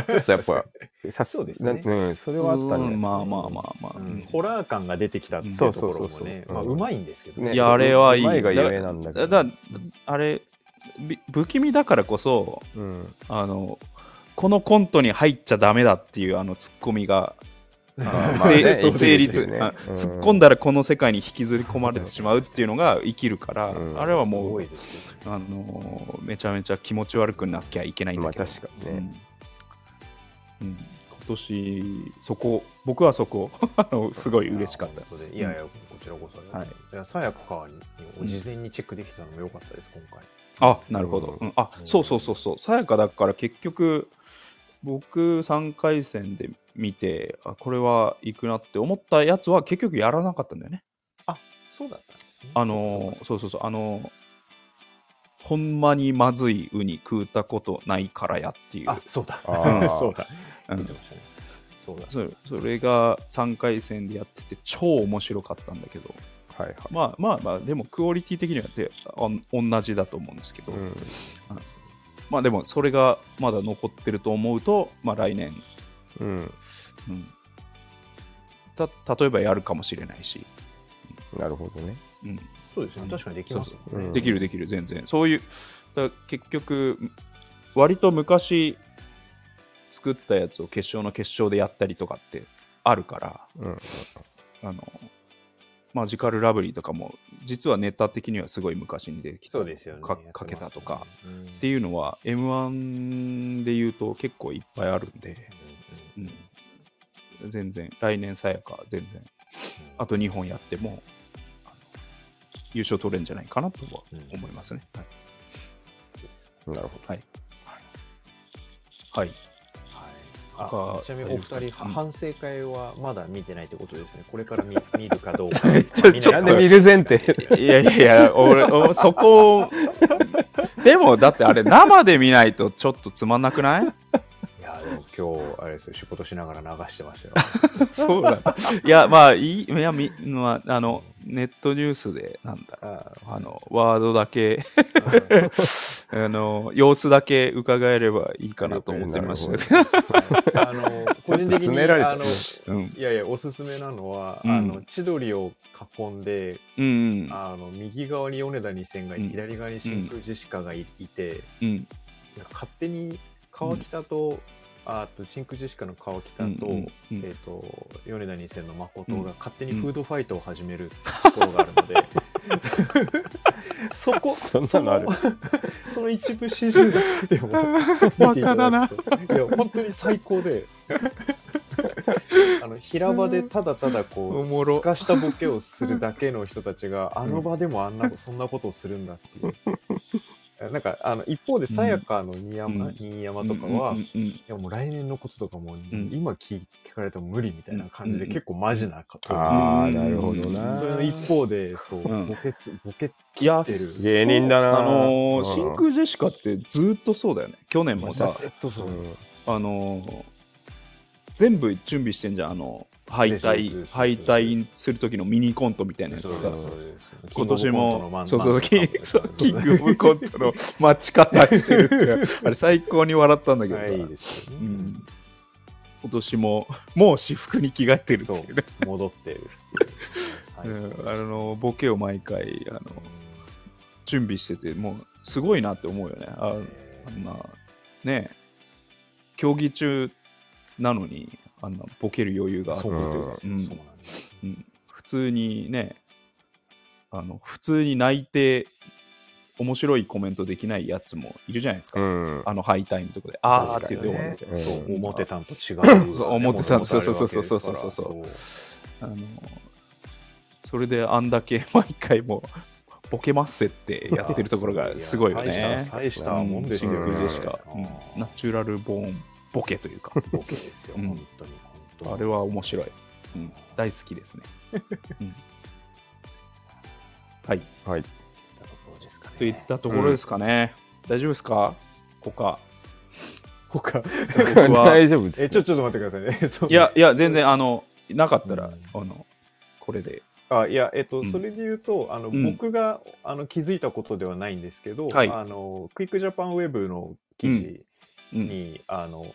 ちょっとやっぱ、さ
そうですね
なうん、それはあった
うん
ね。
まあまあまあまあ。
う
うんん
ホラー感が出てきたっていう
そ
と
うそう
こ
そ
ろ
うそう
もね
うん
まあうまいんですけどね
ね
いや、あれはいい。
前がゆえなんだけど
だだあれ、び不気味だからこそ、
うん。
あの、このコントに入っちゃダメだっていうあのツッコミ
[laughs]
が、
あーまあね
せ
生きて
成
る
立、
ね
あ
うん
突っ込んだらこの世界に引きずり込まれてしまうっていうのが生きるから、
うん
あれは
す
も
ご
う、
いですよね
あのーめちゃめちゃ気持ち悪くなきゃいけないんだ
まあ
けど、
確かにね。
うんうん今年そこ僕はそこ [laughs] あのすごい嬉しかった
いや。本当でいやいや、こちらこそ、
はい
い、や、さやかかわりを事前にチェックできたのも良かったです、今回。
あなるほど、う
う
んあそうそうそうそうさやかだから結局僕3回戦で見てあこれはいくなって思ったやつは結局やらなかったんだよね
そうだったんですね。
あのーそうそうそうあのーほんまにまずいウニ食うたことないからやっていう
あ、そうだ。
あー
[laughs] そうだ。
うん
出てましたね。そうだ。
そそれが3回戦でやってて超面白かったんだけど
はいはい。
まあまあまあでもクオリティ的にはてあん同じだと思うんですけど、
うん
まあでもそれがまだ残ってると思うとまあ来年
うん。
うん、た例えばやるかもしれないし、
なるほどね。
うん
そうですね。確かにできますよ
そうそうう
ね。
ん
できるできる全然そういうだ結局割と昔作ったやつを決勝の決勝でやったりとかってあるから
うん。
あのマジカルラブリーとかも実はネタ的にはすごい昔にできた
そうですよね。
か
やってます
かけたとか
うん。うんうん
っていうのは m 1で言うと結構いっぱいあるんで、うん、全然来年さやか全然あと2本やってもあの優勝取れるんじゃないかなとは思いますね。はい
なるほ
はい、
はいあ
他
ちなみにお
大
二
丈夫で
人、
すかうん
反省会はまだ見てないってことですね。こ
[laughs]
れから見見るかどうか。
ちょ
見
ち
ど。
ょ
な
ないんで
か
見る前提
いやいやいや、俺、 [laughs] おそこ、でもだってあれ、生で見ないとちょっとつまんなく [laughs] ない
いや、でも今日、あれですよ、仕事しながら流してました
[laughs]
よ。
そうだ。いや、まあ、いい、いや、みまあ、あの、ネットニュースで、なんだろう、
あ
あの、ワードだけ、あの、様子だけ伺えればいいかなと思ってましたけど。
あの個人的
詰
に
められた
あの
うん
いやいやおすすめなのは、
うん
あの千鳥を囲んで
うんうん
あの右側に米田2000がいて、
うん
左側に真空ジェシカがいいて、
うん
なんか勝手に川北と、あと真空ジェシカの川北と,、
うんうん
えっと米田2000の誠
うん
が勝手にフードファイトを始めるところがある
[laughs]
ので、そこ
そんなのある
そのその一部始終だけでも見ていただくといや本当に最高であの平場でただただこ
お
う
もろ
すかしたボケをするだけの人たちがあの場でもあんなそんなことをするんだっていう。なんかあの一方でさやかの新山,、
うん
新山とかは、
うん
い
うんうん
やもう来年のこととかもう、
ん
今聞聞かれても無理みたいな感じで、
うん
結構マジなこと、
ああ、なるほど
うん
な。
それの一方でそう、
うん
ボケつボケ
いや、
切ってる
す
芸人だな。
あのー、
うん
真空ジェシカってずーっとそうだよね。去年もさ、
ずっとそう、
うん
あのー全部準備してんじゃん。あの、敗
そう
退、
です
敗退する時のミニコントみたいなやつ
そ
さ
うで。すそうです
今年も、
キ
そ
ン
う
グ
そ
オブコン
う、
トの漫 [laughs]
キンそ
漫
うキングオブコントの
[laughs]
待ち方してるっていう、あれ最高に笑ったんだけど
はいいい
さ、
ですよ
う
ね。
ん今年も、もう私服に着替えてるっていうね。
戻ってる。最
う
高
んあの、ボケを毎回、あの、準備してて、もう、すごいなって思うよね。ああんな、ねえ競技中なのに、あんなボケる余裕がある
そ
というう
な
か
んですよ
うん
そうなんですよ
うん普通にねあの普通に泣いて面白いコメントできないやつもいるじゃないですか、
うん。
あのハイタイムとかでああって言って
そう
終
で
わるみたいな、
うん
すねそう思ってたんと違う。
そう思ってたんと
元々あるわけですから
そうそうそうそうそうあのそれであんだけ毎回もうボケますってやってるところがすごいよ
いや
ね
大した大したもんですよね
うん真空ジェシカ、うん
うん
ナチュラルボーンボケというか
ボケですよ、
うん
本当に。本当に
あれは面白い、うん、大好きですね、うんはい
はい。
ところですかね
といったところですかね。大丈夫ですか [laughs] 他。
他
僕は
大丈夫です
え、ちょ、ちょっと待ってくださいね。えっと
いや、いや、全然、あの、なかったら、
う
あの、これで。
あいや、えっと、
うん
それで言うと、あの、
うん
僕が、あの、気づいたことではないんですけど、
はい
あの、クイックジャパンウェブの記事
うん。
に、あの、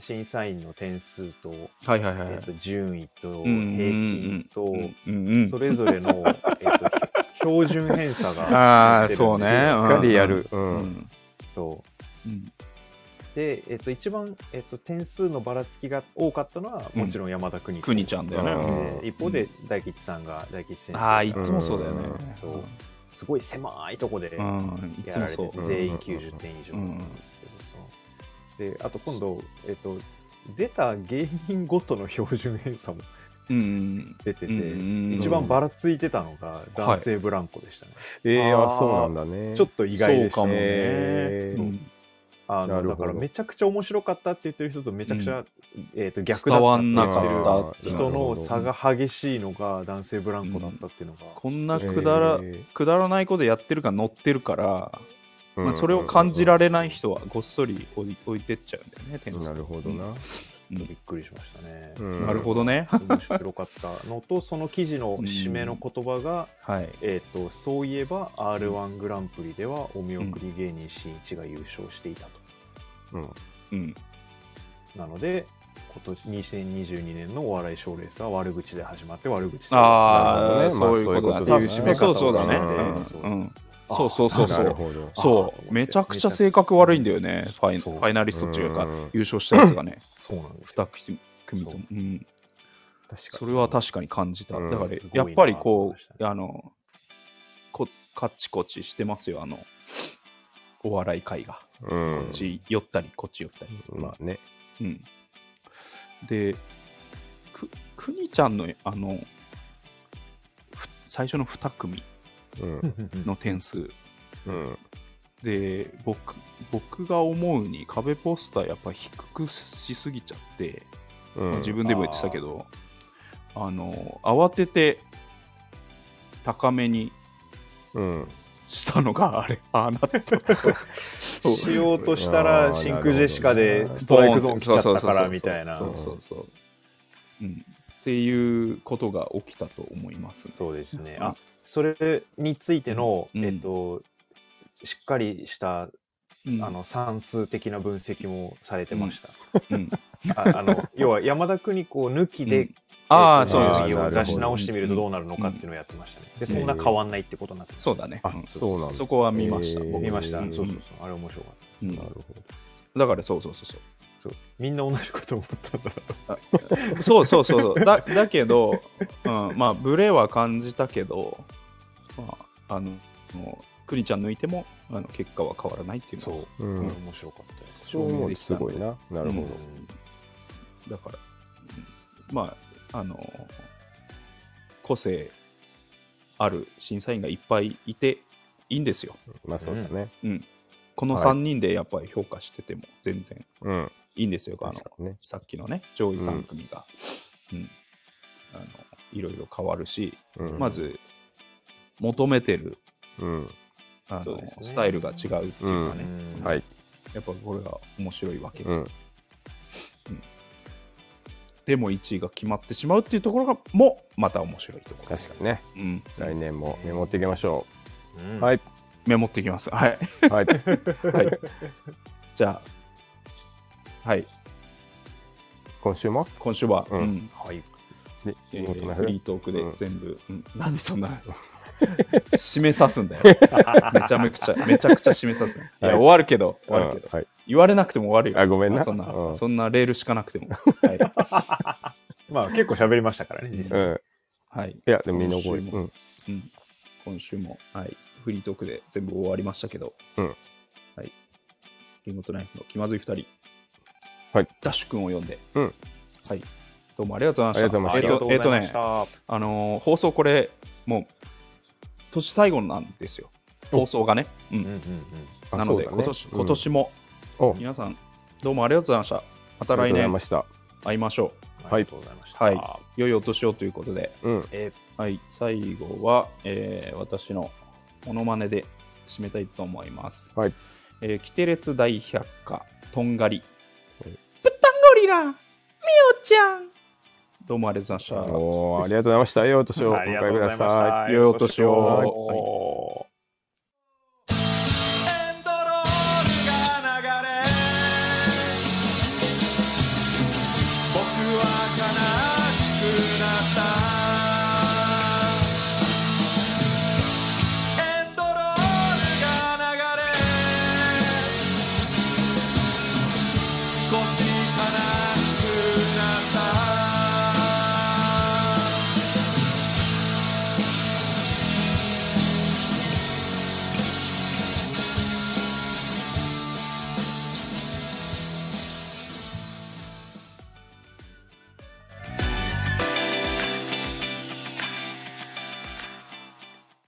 審査員の点数と、
はいはいは
えっと、順位と、平
うんうん
均と
うん、うん
それぞ
[laughs]
れの、えっと、標準偏差が、
ああ、そうね。
しっ
し
かりや
うん。
る。う。
うんん。
そう、
うん
で、えっと、一番、えっと、点数のばらつきが多かったのは、もちろん山田邦子
くにちゃんだよ
う
ね。
ん
で一方で大吉さんが、大吉先生が
ああ、いつもそうだよね。
そうすごい狭いとこで
うん。い
や
つ
ら
も
れ
そ
て
う
て、
ん。
全員90点以上なんですけどそうであと今度、えっと、出た芸人ごとの標準偏差も
うんうん。
出てて、
うんうん
一番ばらついてたのが男性ブランコでしたね、
えー、
あー
あ、そうなんだね。
ちょっと意外でし
そうか
た
も
ね
ね
え。ー
うん
あ
な
の
る
だ
ほど
からめちゃくちゃ面白かったって言ってる人とめちゃくちゃ、えっと逆だ
伝わ
っ
んなかったた。
人の差が激しいのが男性ブランコだったっていうのが、
こんなくだら
え、ー
くだらないことやってるか乗ってるから、
うん
まあ、それを感じられない人はごっそり置い置いてっちゃうんだよね、点数
なるほどな。
うん
びっくりしましたね。
うん
なるほどね。
面白かったのとその記事の締めの言葉が、
はい。
えー、とそういえば r 1グランプリではお見送り芸人しんいちが優勝していたと、
うん。
うん。
なので今年2022年のお笑い賞レースは悪口で始まって悪口で
ああ、
なる
そ
ほど
う
ね
いうことだね。
まあ
そういうことだね
そうそうだね。
そううん
うんそうそうそうそ
なる
う。
ほど。
そう。めちゃくちゃ性格悪いんだよね、ファイフ
そう
ァイナリストっていうか
うん、
優勝したやつがね、
そうなんですよ
2組組とも。うん
確か
それは確かに感じた。
うん
だから
すごい、
や
な
っぱりこ
と思いまし
う、あの、こカチコチしてますよ、あの、お笑い界が。
に。うん
こっち寄ったり、こっち寄ったり。
まあね。
うん、でくくにちゃんのあのふ最初の2組
うん。
の点数
うん。
で僕僕が思うに壁ポスターやっぱ低くしすぎちゃって、
うん
自分でも言ってたけどあの慌てて高めに
うん。
したのがあ [laughs] れああなった [laughs] そう
しようとしたら
あー
真空ジェシカ
な
で
るほど
ストライクゾーン来ちゃったからみたいな
そうそうそうそうそうそうそう、うん、っていうことが起きたと思いますね
そうですね。あ、それについての、
うん
えっと、しっかりした、
うん
あの、算数的な分析もされてました。
うん
ああの、要は山田邦子抜き
うん
で、
ああ、
えっと
そう
な
よね
るほ
順位
ど
を出し直してみると
う
ど
ん
うなるのかっていうのをやってましたね。で、
うん
そんな変わんないってことになってます
そうだね。
あ
うん
そうなんだ
そこは見ました。
えー
僕
見ました。
うん
そうそうそう。あれ面白かっ
うん
なるほ
だから、そうそうそうそう。
た。そう。みんな同じこと思ったんだ。
そうそうそうそうだだけど、うん、まあブレは感じたけど、まあ、あのもうクニちゃん抜いてもあの結果は変わらないっていうのは
そ
ど。
う。
うん。
面白かったです。
そう思うとすごいな。なるほ
うんだから、うんまああの個性ある審査員がいっぱいいていいんですよ、
ど。まあそうだね。
うん、この
はい
3人でやっぱり評価してても全然
うん。
いいんですよ、あ
確
の
かにね。
さっきのね上位3組が、うんあのいろいろ変わるし、
うん
まず求めてる
うん。
あ
そう
の、
ですね
スタイルが違うっていうかね、
うん
はい。
やっぱこれが面白いわけ、
うん。
でも1位が決まってしまうっていうところがもまた面白いところ、
確かにね。
うん、
来年もメモっていきましょ
うん
う。はい。
メモっていきますはい
はい。
はいじゃあはい
今週も
今週は、
うん
うん
はい。
で
え
リモート
ー
ナ
フリー
フ
トークで
うん
全部、うんなんでそんな締めさすんだ
[laughs]
よめちゃめくちゃめちゃくちゃ締めさすいや、
はい
終わるけど終わるけど、
うんはい
言われなくても終わるよ
あごめんな
そんな、
うん
そんなレールしかなくてもはい、
まあ結構喋りましたからね、実
う
際。
ん
はい
いやでもみんな覚え
今週
て
も
うん
うん今週も、はい、フリートークで全部終わりましたけど、
うん
はい、リモートナイフの気まずい2人、
はい、
ダッシュ君を呼んで、
うん
はい、どうもありがとうございました。
ありがとう
えっとえっとね、
あ
あのー放送これ、もう、年最後なんですよ、放送がね。う
りがとう
ん、
ございました。うんうんうん。
あ
なので、
そうだね
今年
うん
今年も、
お
皆さん、どうもありがとうございました。また
ありがと
来
うござい
年
ました
会いましょう。
ありがとうございました。
はい、良いお年をということで。
うん
え
はい、最後は、えー私のモノマネで締めたいと思います。
はい
えー、キテレツ大百科、とんがり。
は
ぶ
い
ったんゴリラ、みおちゃん。どうもありがとうございました。
おーありがとうございましたよお年をお
ありがと
迎え
うご
く
ざ
だ
いまし
さい
た。
良いお年を
を。
エンドロールが流れ僕は悲しくなった